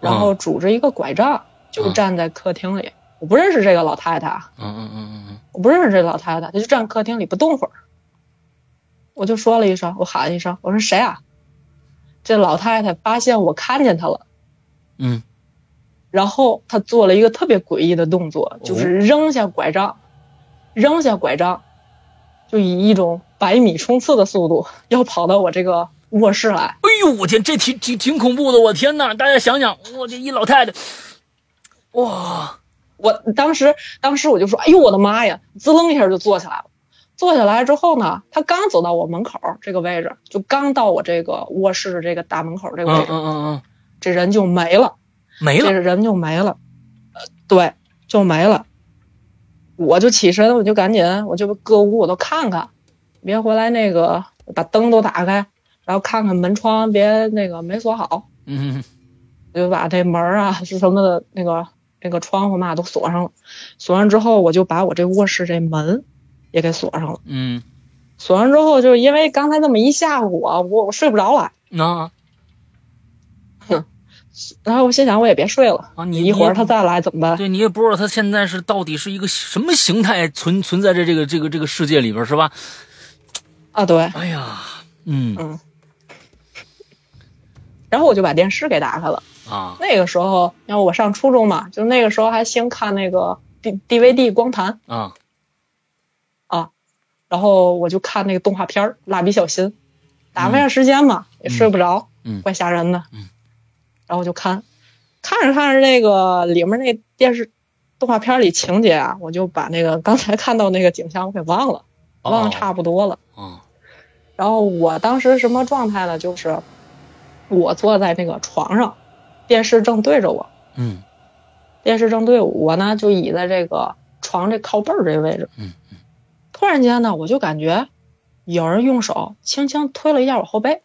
S2: 然后拄着一个拐杖，就站在客厅里。我不认识这个老太太啊，
S1: 嗯嗯嗯嗯
S2: 我不认识这老太太，她就站客厅里不动会儿。我就说了一声，我喊一声，我说谁啊？这老太太发现我看见她了，
S1: 嗯
S2: 然后她做了一个特别诡异的动作，就是扔下拐杖，扔下拐杖，就以一种百米冲刺的速度要跑到我这个卧室来。
S1: 哎呦，我天，这挺挺挺恐怖的，我天呐，大家想想，我这一老太太，哇，
S2: 我当时，当时我就说：“哎呦，我的妈呀！”滋楞一下就坐起来了。坐下来之后呢，她刚走到我门口这个位置，就刚到我这个卧室的这个大门口这
S1: 嗯
S2: 个位
S1: 嗯
S2: 置，
S1: 嗯嗯，
S2: 这人就没了，
S1: 没
S2: 哎这
S1: 了，
S2: 人就没了，呃对，就没了。我就起身，我就赶紧，我就各屋我都看看，别回来那个把灯都打开，然后看看门窗别那个没锁好，
S1: 嗯
S2: 我就把这门儿啊是什么的那个那个窗户嘛都锁上了。锁上之后，我就把我这卧室这门也给锁上了。
S1: 嗯，
S2: 锁上之后，就是因为刚才那么一吓唬我，我我睡不着了。
S1: 那
S2: 然后我心想，我也别睡了，
S1: 啊，你
S2: 一会儿他，再来怎么办？
S1: 对你也不知道他现在是到底是一个什么形态存存在着这个这个这个世界里边是吧？
S2: 啊，对。
S1: 哎呀，嗯
S2: 然后我就把电视给打开了。
S1: 啊，
S2: 那个时候，因为我上初中嘛，就那个时候还兴看那个 D D V D 光盘，
S1: 啊
S2: 然后我就看那个动画片儿《蜡笔小新》，打发下时间嘛，也睡不着，
S1: 嗯
S2: 怪吓人的，
S1: 嗯
S2: 然后我就看，看着看着那个里面那电视动画片里情节啊，我就把那个刚才看到那个景象我给忘了，忘
S1: 哦
S2: 了差不多了。
S1: 哦
S2: 然后我当时什么状态呢？就是我坐在那个床上，电视正对着我，
S1: 嗯
S2: 电视正对我，我呢就倚在这个床这靠背儿这位置。
S1: 嗯
S2: 突然间呢，我就感觉有人用手轻轻推了一下我后背。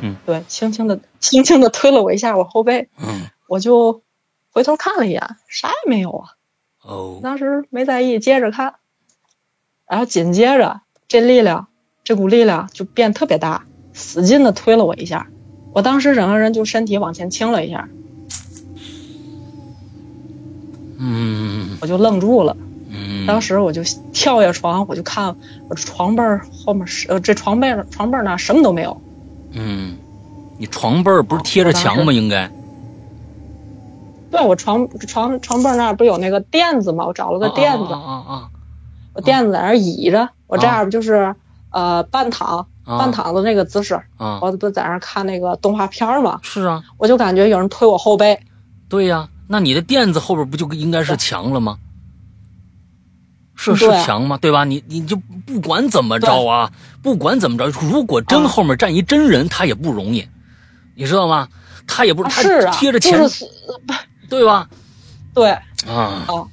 S1: 嗯
S2: 对，轻轻的、轻轻的推了我一下我后背，
S1: 嗯
S2: 我就回头看了一眼，啥也没有啊。
S1: 哦
S2: 当时没在意，接着看，然后紧接着这力量，这股力量就变特别大，使劲的推了我一下，我当时整个人就身体往前倾了一下，
S1: 嗯
S2: 我就愣住了。
S1: 嗯，
S2: 当时我就跳下床，我就看我这床被儿后面是呃这床被儿床被儿那什么都没有，
S1: 嗯，你床被儿不是贴着
S2: 哦
S1: 墙吗？应该
S2: 对我床床床被儿那儿不有那个垫子吗？我找了个垫
S1: 啊
S2: 子，
S1: 啊啊
S2: 我垫子在那儿倚着，我这
S1: 哦
S2: 样就是呃半躺
S1: 啊啊
S2: 半躺的那个姿势，
S1: 啊，
S2: 我不在那儿看那个动画片儿嘛，
S1: 是啊，
S2: 我就感觉有人推我后背，
S1: 对呀、那你的垫子后边不就应该是墙了吗？是是
S2: 对啊
S1: 墙吗？对吧？你你就不管怎么着啊，不管怎么着，如果真
S2: 啊
S1: 后面站一真人，他也不容易，你知道吗？他也不
S2: 啊
S1: 他
S2: 是啊，
S1: 贴着
S2: 就
S1: 墙，
S2: 是
S1: 对吧？
S2: 对，
S1: 啊，
S2: 哦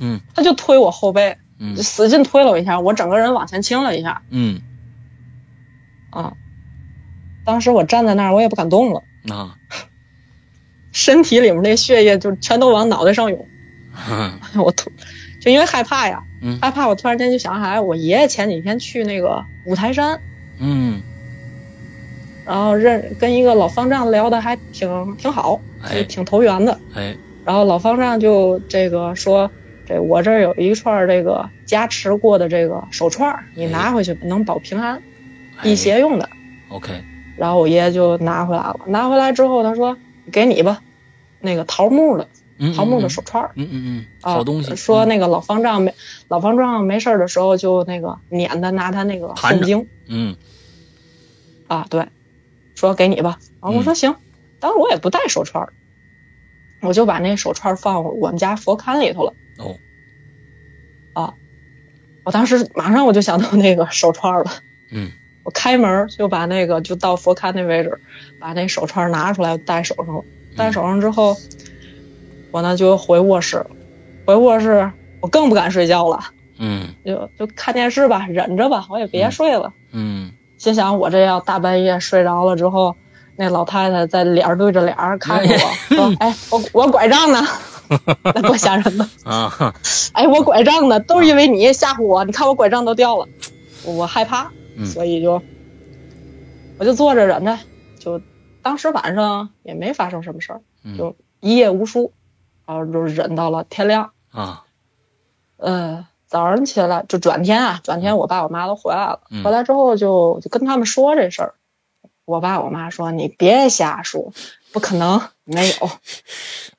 S1: 嗯
S2: 他就推我后背，
S1: 嗯
S2: 就使劲推了我一下，我整个人往前倾了一下
S1: 嗯
S2: 啊，当时我站在那儿，我也不敢动了。
S1: 啊，
S2: 身体里面那血液就全都往脑袋上涌。
S1: 哼
S2: 我突就因为害怕呀，
S1: 嗯
S2: 害怕，我突然间就想起来，我爷爷前几天去那个五台山，
S1: 嗯，
S2: 然后认跟一个老方丈聊的还挺挺好，
S1: 哎
S2: 挺投缘的。
S1: 哎，
S2: 然后老方丈就这个说，这我这儿有一串儿这个加持过的这个手串儿，你拿回去能保平安，
S1: 哎
S2: 辟邪用的。
S1: ，OK，
S2: 然后我爷爷就拿回来了，拿回来之后他说给你吧，那个桃木的
S1: 嗯，
S2: 桃木
S1: 嗯
S2: 的手串儿。
S1: 嗯嗯嗯，
S2: 啊
S1: 好东西，
S2: 说那个老方丈没老方丈没事儿的时候就那个撵他拿他那个
S1: 盘
S2: 诵
S1: 着
S2: 经
S1: 嗯
S2: 啊，对，说给你吧。啊，
S1: 嗯
S2: 我说行，当时我也不戴手串儿，我就把那手串儿放我们家佛龛里头了。
S1: 哦，
S2: 我当时马上我就想到那个手串儿了，
S1: 嗯
S2: 我开门儿就把那个就到佛龛那位置，把那手串儿拿出来戴手上了。
S1: 嗯
S2: 戴手上之后，我呢就回卧室，回卧室我更不敢睡觉了。
S1: 嗯
S2: 就就看电视吧，忍着吧，我也别睡了。
S1: 嗯
S2: 心想我这要大半夜睡着了之后，那老太太在脸儿对着脸儿看着 我说：“哎，我我拐杖呢？”那多吓人呢！
S1: 啊，哈
S2: 哎，我拐杖呢，都是因为你吓唬我。你看我拐杖都掉了，我我害怕，
S1: 嗯
S2: 所以就我就坐着忍着，就当时晚上也没发生什么事儿，
S1: 嗯
S2: 就一夜无书，然后就忍到了天亮。
S1: 啊，
S2: 呃，早上起来就转天啊，转天我爸我妈都回来了，
S1: 嗯
S2: 回来之后就就跟他们说这事儿。我爸我妈说：“你别瞎说，不可能，没有，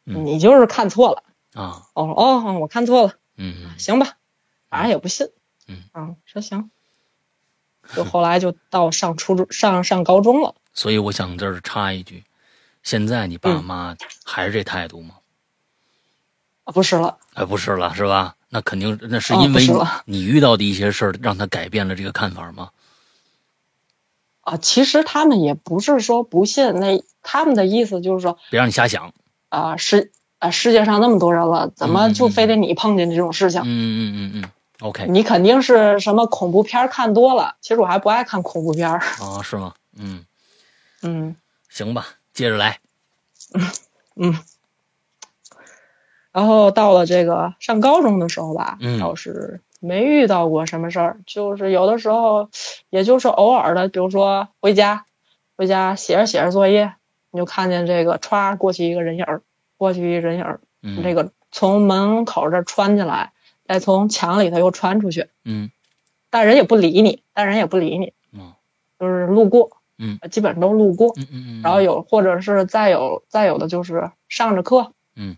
S1: 嗯
S2: 你就是看错了。
S1: 啊，”
S2: 我说：“哦，我看错了，
S1: 嗯
S2: 行吧，反正也不信。”
S1: 嗯
S2: 啊，说行。就后来就到上初中、上上高中了，
S1: 所以我想这儿插一句，现在你
S2: 嗯
S1: 爸妈还是这态度吗？
S2: 啊，不是了，
S1: 哎，不是了，是吧？那肯定，那是
S2: 哦
S1: 因
S2: 不
S1: 为
S2: 是了
S1: 你遇到的一些事儿，让他改变了这个看法吗？
S2: 啊，其实他们也不是说不信，那他们的意思就是说，
S1: 别让你瞎想。
S2: 啊，世啊世界上那么多人了，怎么
S1: 嗯嗯
S2: 就
S1: 嗯
S2: 非得你碰见这种事情？
S1: 嗯嗯嗯嗯，OK
S2: 你肯定是什么恐怖片儿看多了，其实我还不爱看恐怖片 儿。
S1: 啊，是吗？嗯，
S2: 嗯
S1: 行吧，接着来。
S2: 嗯。然后到了这个上高中的时候吧，
S1: 嗯
S2: 倒是没遇到过什么事儿，就是有的时候，也就是偶尔的，比如说回家，回家写着写着作业，你就看见这个歘过去一个人影儿，过去一人影儿，
S1: 嗯，
S2: 这个从门口这儿穿进来，再从墙里头又穿出去，
S1: 嗯
S2: 但人也不理你，但人也不理你，
S1: 哦
S2: 就是路过，呃
S1: 嗯，
S2: 基本上都路过，
S1: 嗯嗯嗯，
S2: 然后有或者是再有再有的就是上着课，
S1: 嗯，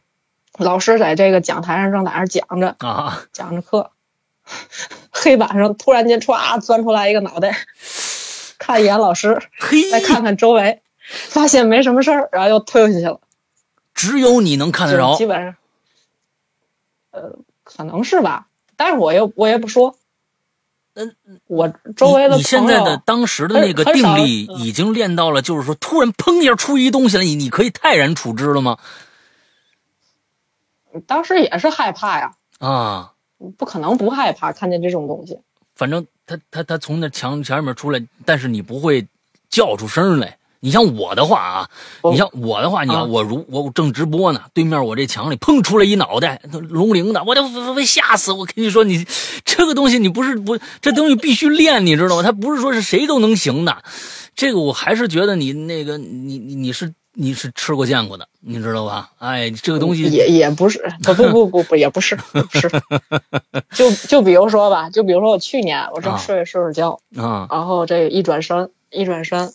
S2: 老师在这个讲台上正在那儿讲着
S1: 啊，
S2: 讲着课， 黑板上突然间歘钻出来一个脑袋，看一眼老师，
S1: 嘿，
S2: 再看看周围，发现没什么事儿，然后又推回去了。
S1: 只有你能看得
S2: 就
S1: 着
S2: 基。本上，呃，可能是吧，但是我也我也不说。
S1: 嗯，
S2: 我周围
S1: 你
S2: 的
S1: 你现
S2: 朋
S1: 在的
S2: 友，
S1: 当时的那个
S2: 很很
S1: 定
S2: 少
S1: 力
S2: 嗯
S1: 已经练到了，就是说突然砰一下出一东西来，你你可以泰然处之了吗？
S2: 当时也是害怕呀，
S1: 啊，
S2: 不可能不害怕看见这种东西。
S1: 反正他他他从那墙墙里面出来，但是你不会叫出声来。你像我的话啊，
S2: 我
S1: 你像我的话，你要
S2: 啊
S1: 我如我正直播呢，对面我这墙里砰出来一脑袋，龙鳞的，我得我被吓死！我跟你说，你这个东西你不是不这东西必须练，你知道吗？它不是说是谁都能行的，这个我还是觉得你那个你你你是你是吃过见过的，你知道吧？哎，这个东西
S2: 也也不是，不不不不不，也不是，也不是。就就比如说吧，就比如说我去年我
S1: 啊
S2: 正睡着睡着觉，
S1: 啊
S2: 然后这一转身一转身，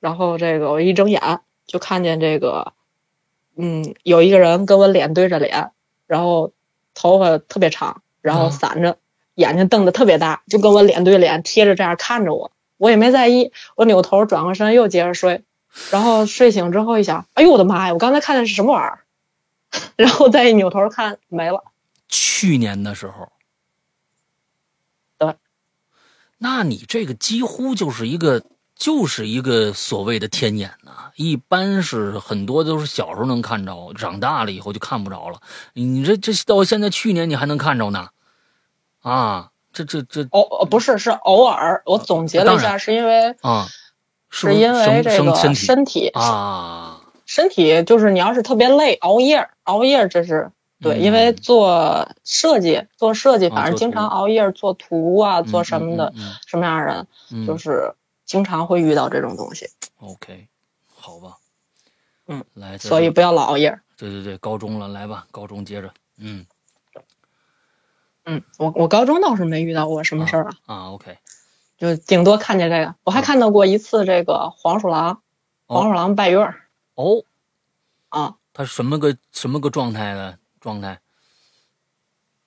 S2: 然后这个我一睁眼就看见这个，嗯，有一个人跟我脸对着脸，然后头发特别长，然
S1: 啊
S2: 后散着，眼睛瞪得特别大，就跟我脸对脸贴着这样看着我，我也没在意，我扭头转过身又接着睡，然后睡醒之后一想，哎呦我的妈呀，我刚才看的是什么玩意儿？ 然后再一扭头看没了，
S1: 去年的时候，
S2: 对，
S1: 那你这个几乎就是一个就是一个所谓的天眼呐、一般是很多都是小时候能看着，长大了以后就看不着了。你这这到现在去年你还能看着呢，啊，这这这
S2: 偶、哦、不是是偶尔，我总结了一下，是因为
S1: 啊，是不
S2: 是因为
S1: 生
S2: 这
S1: 生
S2: 个
S1: 身体
S2: 身体
S1: 啊？
S2: 身体就是你要是特别累，熬夜，熬夜这是对，
S1: 嗯
S2: 因为做设计，做设计，
S1: 啊
S2: 反正
S1: 做
S2: 经
S1: 图
S2: 常熬夜，做图啊，做什么的，
S1: 嗯嗯
S2: 什么样的人，
S1: 嗯嗯嗯
S2: 就是经常会遇到这种东西，
S1: OK，好吧，
S2: 嗯，
S1: 来，这
S2: 所
S1: 是
S2: 以不要老熬夜。
S1: 对对对，高中了，来吧，高中接着，嗯
S2: 嗯，我我高中倒是没遇到过什么事儿啊，
S1: 啊，OK，
S2: 就顶多看见这个，我还看到过一次这个黄鼠狼，
S1: 哦
S2: 黄鼠狼拜月儿
S1: 哦，
S2: 啊，
S1: 他什么个什么个状态呢？状态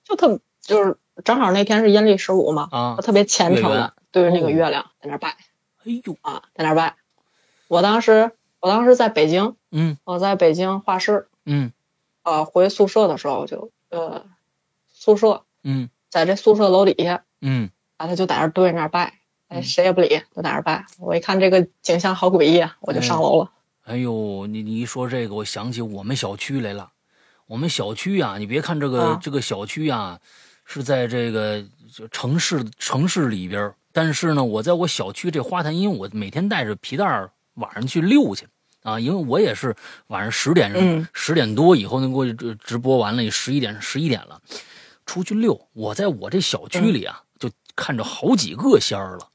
S2: 就特就是正好那天是阴历十五嘛，
S1: 啊
S2: 我，特别虔诚
S1: 月圆
S2: 的对着那
S1: 哦
S2: 个月亮在那儿拜。
S1: 哎呦，
S2: 啊，在那儿拜。我当时，我当时在北京，
S1: 嗯
S2: 我在北京画室，
S1: 嗯
S2: 啊，回宿舍的时候就，呃，宿舍
S1: 嗯
S2: 在这宿舍楼底下，
S1: 嗯，
S2: 啊，他就在那儿对着那儿拜，哎，
S1: 嗯
S2: 谁也不理，就在那儿拜。我一看这个景象好诡异啊，我就上楼了。
S1: 哎呦，你你一说这个，我想起我们小区来了。我们小区啊，你别看这个、
S2: 啊
S1: 这个小区啊，是在这个就城市城市里边儿，但是呢，我在我小区这花坛，因为我每天带着皮带儿晚上去溜去啊，因为我也是晚上十点
S2: 嗯
S1: 十、10点多以后能过去直直播完了，十一点十一点了，出去溜。我在我这小区里啊，就看着好几个仙儿了，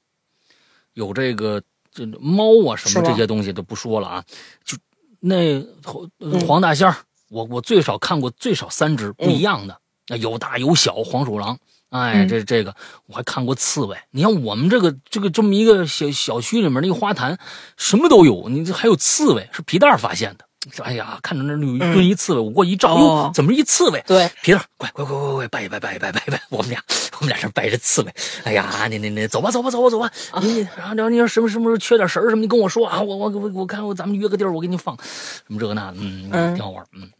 S1: 有这个这猫啊什
S2: 是
S1: 么
S2: 吗
S1: 这些东西都不说了啊，就那黄
S2: 嗯
S1: 呃黄大仙儿，我我最少看过最少三只不一样的，那有大有小，黄鼠狼。哎，
S2: 嗯
S1: 这这个我还看过刺猬。你看我们这个这个这么一个小小区里面那个花坛，什么都有。你这还有刺猬，是皮蛋儿发现的。哎呀，看着那有一
S2: 嗯
S1: 蹲一刺猬，我过一照，哎
S2: 哦
S1: 哟，怎么一刺猬？
S2: 对，
S1: 皮蛋，快快快快快，拜一拜拜一拜拜一拜！我们俩我们俩这拜着刺猬。哎呀，你你你，走吧走吧走吧走吧！
S2: 啊
S1: 你你然后然后你说什么什么时候缺点神儿什么，你跟我说啊，我我我我看我咱们约个地儿，我给你放什么这个那的，嗯，
S2: 嗯
S1: 挺好玩儿，嗯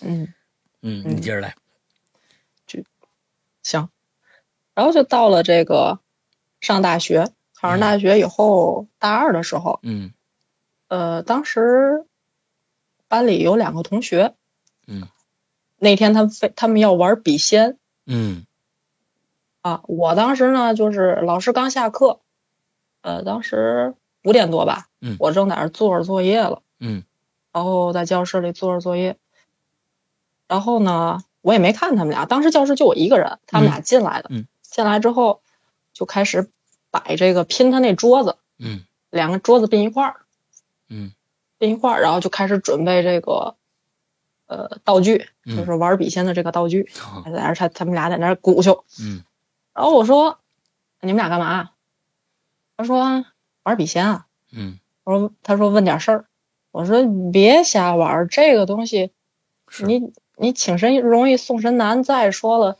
S2: 嗯，
S1: 嗯，
S2: 嗯
S1: 你接着来，
S2: 行。然后就到了这个上大学，考上
S1: 嗯
S2: 大学以后，大二的时候，
S1: 嗯
S2: 呃，当时班里有两个同学，
S1: 嗯
S2: 那天他们非他们要玩笔仙，
S1: 嗯
S2: 啊，我当时呢就是老师刚下课，呃，当时五点多吧，
S1: 嗯
S2: 我正在那儿做着作业了，
S1: 嗯
S2: 然后在教室里做着作业，然后呢，我也没看他们俩，当时教室就我一个人，他们俩进来的，
S1: 嗯
S2: 进来之后就开始摆这个拼他那桌子，
S1: 嗯
S2: 两个桌子并一块儿，
S1: 嗯
S2: 并一块儿，然后就开始准备这个呃道具，
S1: 嗯
S2: 就是玩笔仙的这个道具，
S1: 好
S2: 在那儿他他们俩在那儿鼓秋。
S1: 嗯
S2: 然后我说：“你们俩干嘛？”啊他说：“玩笔仙啊。
S1: 嗯，”
S2: 我说：“他说问点事儿。”我说：“你别瞎玩儿，这个东西
S1: 是
S2: 你你请神容易送神难。再说了，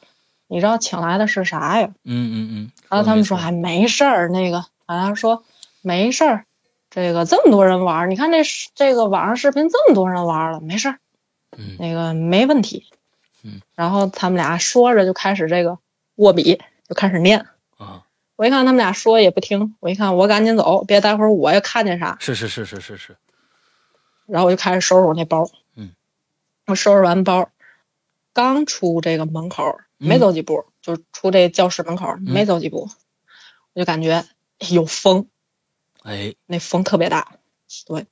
S2: 你知道请来的是啥呀
S1: 嗯嗯嗯，？”
S2: 然后他们说：“
S1: 没
S2: 哎，没事儿，那个。”然后他说：“没事儿，这个这么多人玩儿，你看这视这个网上视频这么多人玩儿了，没事儿，
S1: 嗯
S2: 那个没问题。
S1: 嗯，
S2: 然后他们俩说着就开始这个握笔，就开始念。
S1: 啊，
S2: 我一看他们俩说也不听，我一看我赶紧走，别待会儿我又看见啥。
S1: 是是是是是是，
S2: 然后我就开始收拾我那包。
S1: 嗯，
S2: 我收拾完包，刚出这个门口，没
S1: 嗯
S2: 走几步，就出这教室门口，没走几步，我就感觉有风，
S1: 哎，
S2: 那风特别大，对。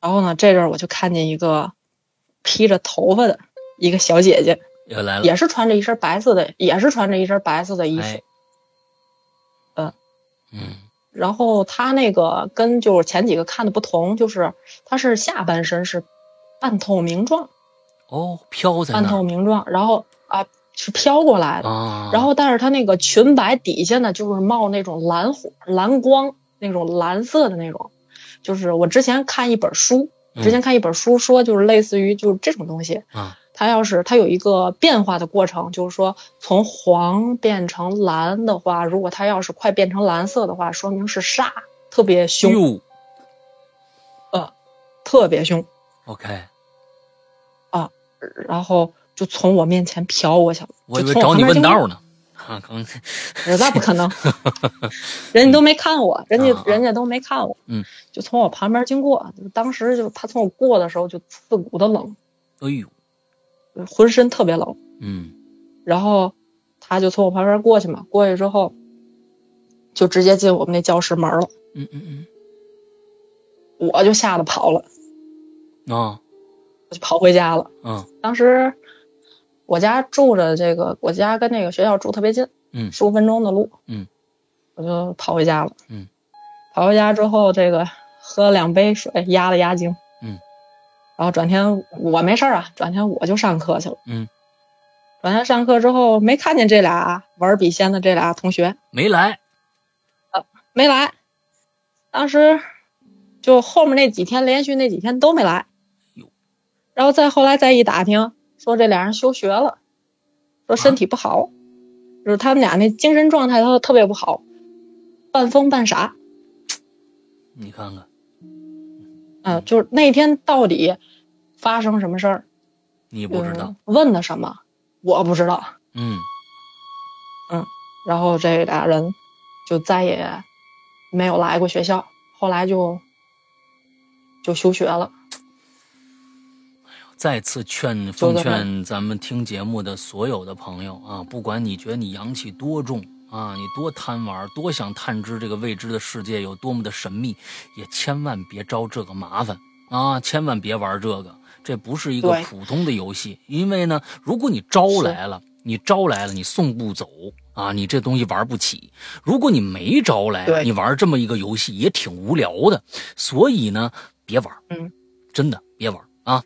S2: 然后呢，这阵儿我就看见一个披着头发的一个小姐姐，
S1: 又来了，
S2: 也是穿着一身白色的，也是穿着一身白色的衣服。
S1: 哎，
S2: 嗯
S1: 嗯
S2: 然后她那个跟就是前几个看的不同，就是她是下半身是半透明状，
S1: 哦，飘在
S2: 半
S1: 那
S2: 透
S1: 儿
S2: 明状，然后啊是飘过来的。
S1: 啊，
S2: 然后，但是她那个裙摆底下呢，就是冒那种蓝火、蓝光，那种蓝色的那种。就是我之前看一本书，之前看一本书说，就是类似于就是这种东西，
S1: 嗯啊，
S2: 它要是它有一个变化的过程，就是说从黄变成蓝的话，如果它要是快变成蓝色的话，说明是煞，特别凶，
S1: 哟
S2: 特别凶。
S1: ，OK，
S2: 然后就从我面前瞟我去了，
S1: 我以为
S2: 就从我
S1: 找你
S2: 旁
S1: 问
S2: 边经过
S1: 道呢，啊，刚，
S2: 我说那 不可能，人家都没看我，人家
S1: 嗯啊啊
S2: 人家都没看我，
S1: 嗯，
S2: 就从我旁边经过，当时就他从我过的时候就刺骨的冷，
S1: 哎呦，
S2: 浑身特别冷。
S1: 嗯
S2: 然后他就从我旁边过去嘛，过去之后就直接进我们那教室门了，
S1: 嗯嗯
S2: 我就吓得跑了，
S1: 嗯，啊，
S2: 我就跑回家了。
S1: 嗯
S2: 当时我家住着这个，我家跟那个学校住特别近，
S1: 嗯
S2: 十五分钟的路，
S1: 嗯，
S2: 我就跑回家了，
S1: 嗯，
S2: 跑回家之后，这个喝了两杯水压了压惊，
S1: 嗯，
S2: 然后转天我没事儿啊，转天我就上课去了，
S1: 嗯，
S2: 转天上课之后没看见这俩玩笔仙的这俩同学，
S1: 没来，
S2: 没来。当时就后面那几天，连续那几天都没来
S1: 哟。
S2: 然后再后来再一打听，说这俩人休学了，说身体不
S1: 啊
S2: 好，就是他们俩那精神状态都特别不好，半疯半傻。
S1: 你看看，
S2: 嗯、就是那天到底发生什么事儿，
S1: 你不知道，
S2: 嗯问的什么，我不知道。
S1: 嗯
S2: 然后这俩人就再也没有来过学校，后来就就休学了。
S1: 再次劝奉劝咱们听节目的所有的朋友啊，不管你觉得你阳气多重啊，你多贪玩，多想探知这个未知的世界有多么的神秘，也千万别招这个麻烦啊，千万别玩这个，这不是一个
S2: 对
S1: 普通的游戏。因为呢，如果你招来了，你招来了，你送不走啊，你这东西玩不起。如果你没招来，
S2: 对
S1: 你玩这么一个游戏也挺无聊的，所以呢，别玩，
S2: 嗯，
S1: 真的别玩啊，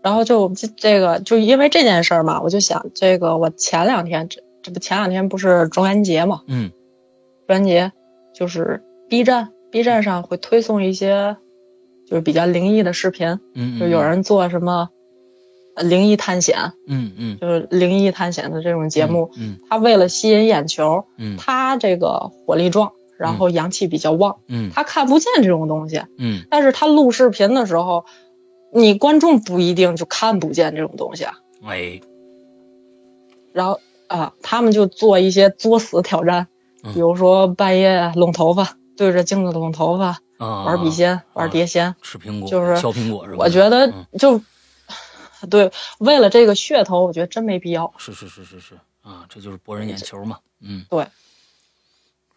S2: 然后就这这个就因为这件事儿嘛，我就想这个我前两天这这不前两天不是中元节嘛，
S1: 嗯。
S2: 中元节就是 B 站 B 站上会推送一些就是比较灵异的视频，
S1: 嗯，
S2: 就有人做什么呃灵异探险，
S1: 嗯嗯
S2: 就是灵异探险的这种节目，，
S1: 嗯
S2: 他为了吸引眼球，
S1: 嗯
S2: 他这个火力壮，然后阳气比较旺，
S1: 嗯
S2: 他看不见这种东西，
S1: 嗯
S2: 但是他录视频的时候，你观众不一定就看不见这种东西啊。
S1: 嗯，哎，
S2: 然后啊，他们就做一些作死挑战，
S1: 嗯
S2: 比如说半夜拢头发，对着镜子拢头发，
S1: 啊，
S2: 玩笔仙，玩碟仙。
S1: 吃苹果，
S2: 就是
S1: 削苹果是吧？
S2: 我觉得
S1: 嗯
S2: 就、 对，为了这个噱头，我觉得真没必要。
S1: 是是是是是啊，这就是博人眼球嘛，嗯，
S2: 对，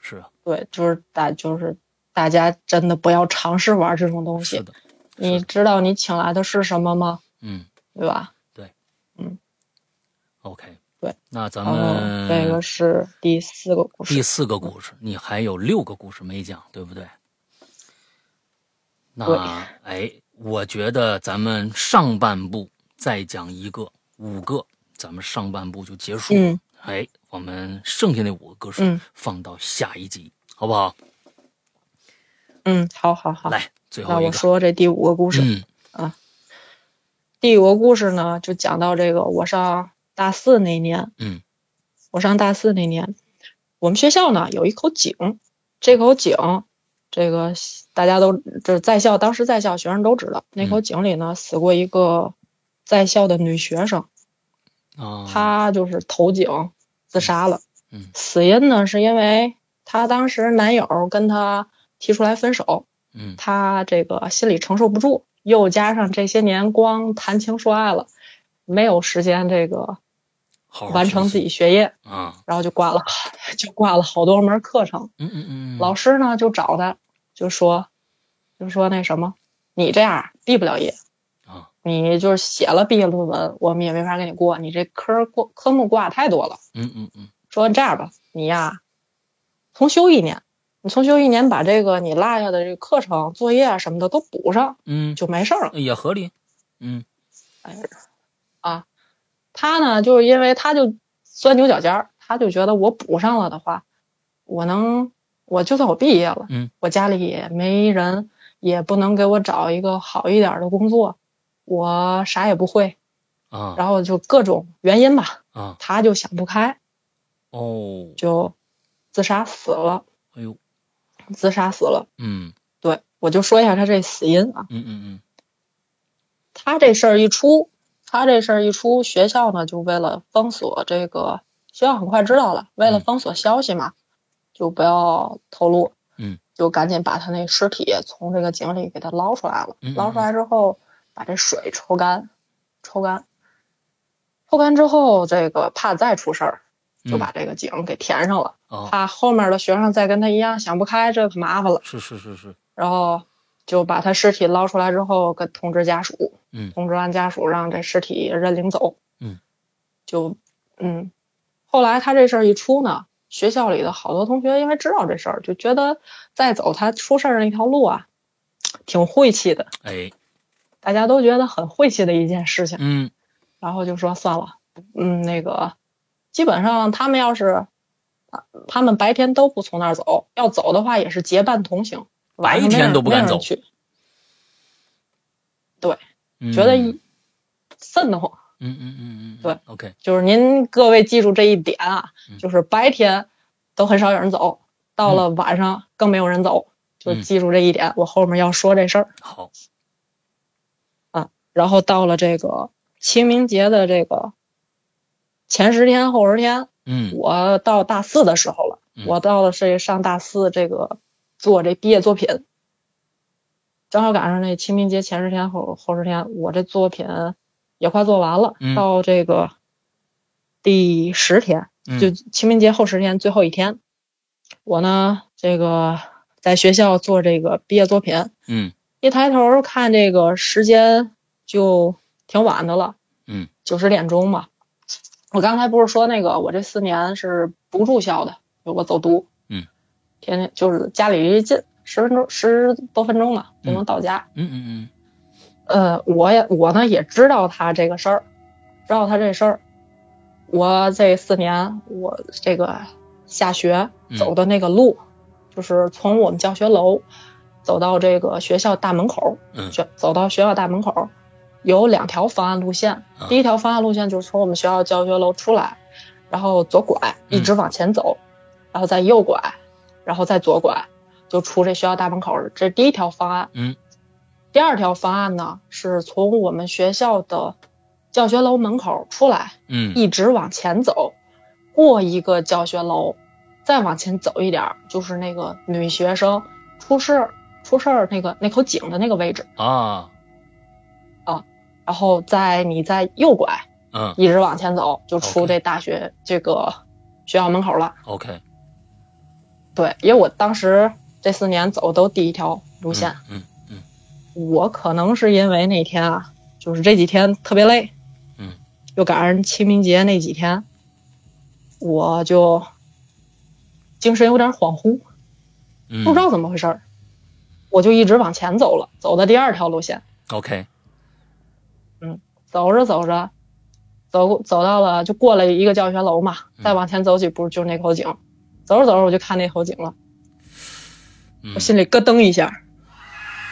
S1: 是啊，
S2: 对，就是大就是大家真的不要尝试玩这种东
S1: 是
S2: 西。
S1: 的，
S2: 你知道你请来的是什么吗？
S1: 嗯
S2: 对吧？
S1: ，OK，
S2: 对，
S1: 那咱
S2: 然后这
S1: 们
S2: 个是第四个故
S1: 第
S2: 事，
S1: 四个故事，你还有六个故事没讲，对不对？
S2: 对
S1: 那哎，我觉得咱们上半部再讲一个，五个，咱们上半部就结束了。
S2: 嗯
S1: 哎，我们剩下那五个故事
S2: 嗯
S1: 放到下一集，好不好？
S2: 嗯，好好好，
S1: 来，最
S2: 那
S1: 后一
S2: 我
S1: 个，
S2: 说这第五个故事。
S1: 嗯
S2: 第五个故事呢，就讲到这个，我上大四那年，
S1: 嗯
S2: 我上大四那年，我们学校呢有一口井，这口井这个大家都这在校，当时在校学生都知道，那口
S1: 嗯
S2: 井里呢死过一个在校的女学生，
S1: 啊，
S2: 她就是投井自杀了。
S1: 嗯
S2: 死因呢是因为她当时男友跟她提出来分手，
S1: 嗯
S2: 她这个心里承受不住，又加上这些年光谈情说爱了，没有时间这个
S1: 好好
S2: 完成
S1: 学
S2: 自
S1: 习
S2: 己学业，
S1: 啊，
S2: 然后就挂了， 就挂了好多门课程。
S1: 嗯嗯嗯，嗯
S2: 老师呢就找他，就说，就说那什么，你这样毕不了业
S1: 啊，
S2: 你就是写了毕业论文，我们也没法给你过，你这科儿过科目挂太多了。
S1: 嗯嗯嗯
S2: 说这样吧，你呀，重修一年，你重修一年，把这个你落下的这个课程、作业啊什么的都补上，
S1: 嗯
S2: 就没事儿了。
S1: 嗯，也合理，嗯
S2: 他呢，就是因为他就钻牛角尖儿，他就觉得我补上了的话，我能，我就算我毕业了，
S1: 嗯，
S2: 我家里也没人，也不能给我找一个好一点的工作，我啥也不会，
S1: 啊
S2: 然后就各种原因吧，
S1: 啊
S2: 他就想不开，
S1: 哦，
S2: 就自杀死了，
S1: 哎呦，
S2: 自杀死了。
S1: 嗯
S2: 对，我就说一下他这死因啊，
S1: 嗯嗯
S2: 他这事儿一出，他这事儿一出，学校呢就为了封锁这个，学校很快知道了，为了
S1: 嗯
S2: 封锁消息嘛，就不要透露，
S1: 嗯，
S2: 就赶紧把他那尸体从这个井里给他捞出来了，
S1: 嗯嗯
S2: 捞出来之后把这水抽干，抽干，抽干之后，这个怕再出事儿，
S1: 嗯，
S2: 就把这个井给填上了，
S1: 哦，
S2: 怕后面的学生再跟他一样想不开，这可麻烦了。
S1: 是是是是，
S2: 然后就把他尸体捞出来之后，跟通知家属，
S1: 嗯
S2: 通知完家属让这尸体认领走，
S1: 嗯，
S2: 就嗯，后来他这事儿一出呢，学校里的好多同学因为知道这事儿，就觉得再走他出事儿那条路啊，挺晦气的，
S1: 哎，
S2: 大家都觉得很晦气的一件事情，
S1: 嗯
S2: 然后就说算了，嗯，那个基本上他们要是。啊他们白天都不从那儿走，要走的话也是结伴同行。晚上
S1: 白天
S2: 没人
S1: 都不敢
S2: 没人
S1: 走
S2: 去，
S1: 嗯，
S2: 觉得
S1: 嗯
S2: 瘆得慌。
S1: 嗯嗯嗯，嗯
S2: 对
S1: ，OK，
S2: 就是您各位记住这一点啊
S1: 嗯，
S2: 就是白天都很少有人走，到了晚上更没有人走，
S1: 嗯
S2: 就记住这一点。我后面要说这事儿。
S1: 好，
S2: 然后到了这个清明节的这个前十天后十天，
S1: 嗯
S2: 我到大四的时候了，
S1: 嗯
S2: 我到了是上大四这个做这毕业作品，正好赶上那清明节前十天后后十天，我这作品也快做完了，
S1: 嗯
S2: 到这个第十天，
S1: 嗯
S2: 就清明节后十天最后一天，我呢这个在学校做这个毕业作品，
S1: 嗯
S2: 一抬头看这个时间就挺晚的了，
S1: 嗯，
S2: 九十点钟吧。我刚才不是说那个我这四年是不住校的，我走读，
S1: 嗯，
S2: 天天就是家里离近，十分钟十多分钟吧就能到家。
S1: 嗯嗯
S2: 呃，我也我呢也知道他这个事儿，知道他这事儿。我这四年我这个下学
S1: 嗯
S2: 走的那个路，就是从我们教学楼走到这个学校大门口，
S1: 嗯
S2: 学走到学校大门口，有两条方案路线。
S1: 啊
S2: 第一条方案路线就是从我们学校教学楼出来，然后左拐，一
S1: 嗯
S2: 直往前走，然后再右拐，然后再左拐，就出这学校大门口了。这是第一条方案。
S1: 嗯。
S2: 第二条方案呢，是从我们学校的教学楼门口出来，
S1: 嗯嗯，
S2: 一直往前走，过一个教学楼，再往前走一点儿，就是那个女学生出事出事儿那个那口井的那个位置，
S1: 啊，
S2: 然后再你再右拐，
S1: 嗯
S2: 一直往前走，就出
S1: OK
S2: 这大学这个学校门口了。
S1: ，OK，
S2: 对，因为我当时这四年走都第一条路线，，
S1: 嗯嗯
S2: 我可能是因为那天啊，就是这几天特别累，
S1: 嗯，
S2: 又赶上清明节那几天，我就精神有点恍惚，
S1: 嗯，
S2: 不知道怎么回事儿，我就一直往前走了，走的第二条路线，
S1: ，OK，
S2: 走着走着，走走到了就过了一个教学楼嘛，
S1: 嗯
S2: 再往前走几步就是那口井，走着走着我就看那口井了，
S1: 嗯
S2: 我心里咯噔一下，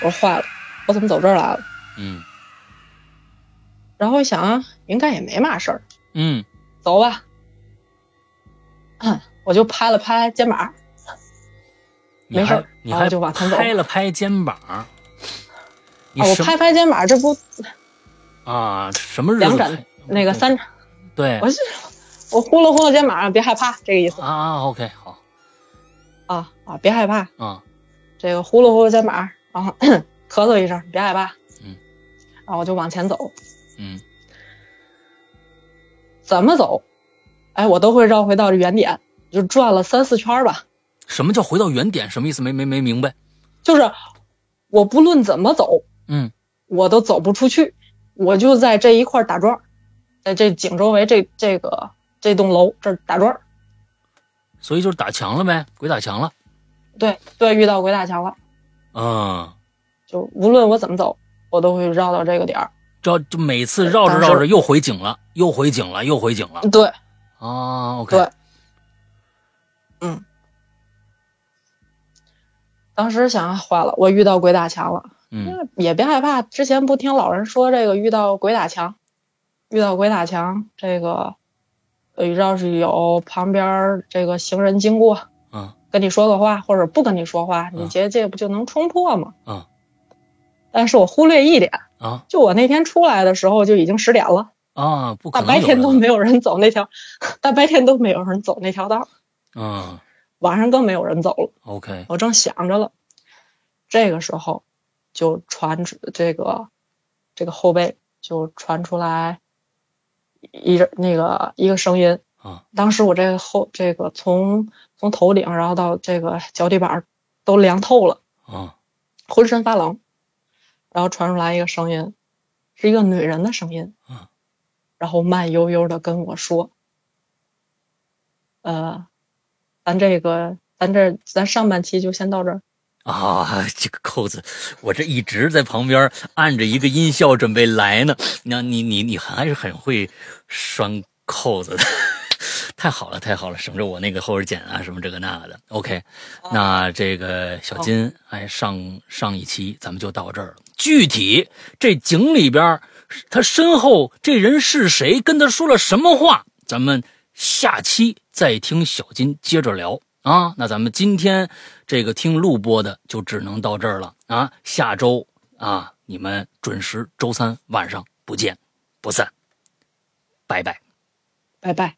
S2: 我说坏了，我怎么走这儿来了？
S1: 嗯
S2: 然后一想啊，应该也没嘛事儿，
S1: 嗯
S2: 走嗯吧。我就拍了拍肩膀，
S1: 你
S2: 没事
S1: 还
S2: 儿
S1: 你
S2: 然
S1: 还
S2: 后就往前走
S1: 拍了拍肩膀，你
S2: 啊，我
S1: 什
S2: 拍拍肩膀，这不
S1: 啊什么日
S2: 两
S1: 子
S2: 盏
S1: 拍？
S2: 那个三，
S1: 对
S2: 我是我呼了呼了肩膀，别害怕，这个意思
S1: 啊啊，OK 好
S2: 啊啊，别害怕，
S1: 啊
S2: 这个呼噜呼噜肩膀，然后咳嗽一声，别害怕，
S1: 嗯，
S2: 然后我就往前走，
S1: 嗯
S2: 怎么走，哎，我都会绕回到这原点，就转了三四圈儿吧，
S1: 什么叫回到原点？什么意思？没没没明白。
S2: 就是我不论怎么走，
S1: 嗯
S2: 我都走不出去，我就在这一块儿打转儿，在这井周围这这个这栋楼这儿打转儿，
S1: 所以就是打墙了呗，鬼打墙了。
S2: 对对，遇到鬼打墙了，
S1: 嗯，
S2: 就无论我怎么走，我都会绕到这个点儿，
S1: 这就每次绕着
S2: 当时
S1: 绕着又回井了，又回井了，又回井了。
S2: 对，
S1: 啊，OK，
S2: 对当时想啊坏了，我遇到鬼打墙了。
S1: 嗯
S2: 那也别害怕，之前不听老人说这个遇到鬼打墙，遇到鬼打墙，这个呃要是有旁边儿这个行人经过
S1: 嗯
S2: 跟你说个话，或者不跟你说话，
S1: 嗯
S2: 你结界不就能冲破吗？
S1: 嗯。
S2: 但是我忽略一点，
S1: 啊
S2: 就我那天出来的时候就已经十点了，
S1: 啊，不可
S2: 大
S1: 能
S2: 白
S1: 有
S2: 天都
S1: 人
S2: 没有人走那条， 大白天都没有人走那条道，
S1: 嗯
S2: 晚上更没有人走了。
S1: ，OK，
S2: 我正想着了，这个时候就传出这个这个后背就传出来一个那个一个声音
S1: 啊。
S2: 当时我这个后这个从从头顶然后到这个脚底板儿都凉透了，
S1: 啊
S2: 浑身发冷。然后传出来一个声音，是一个女人的声音
S1: 啊。
S2: 然后慢悠悠的跟我说：“呃，咱这个咱这咱上半期就先到这儿。”
S1: 啊， 这个扣子，我这一直在旁边按着一个音效准备来呢。那你你你还是很会拴扣子的， 太好了太好了，省着我那个后边剪啊什么这个那个的。OK，那这个小金，哎，上上一期咱们就到这儿了。具体这井里边他身后这人是谁，跟他说了什么话，咱们下期再听小金接着聊啊。那咱们今天这个听录播的就只能到这儿了啊，下周啊你们准时周三晚上不见不散，拜拜。
S2: 拜拜。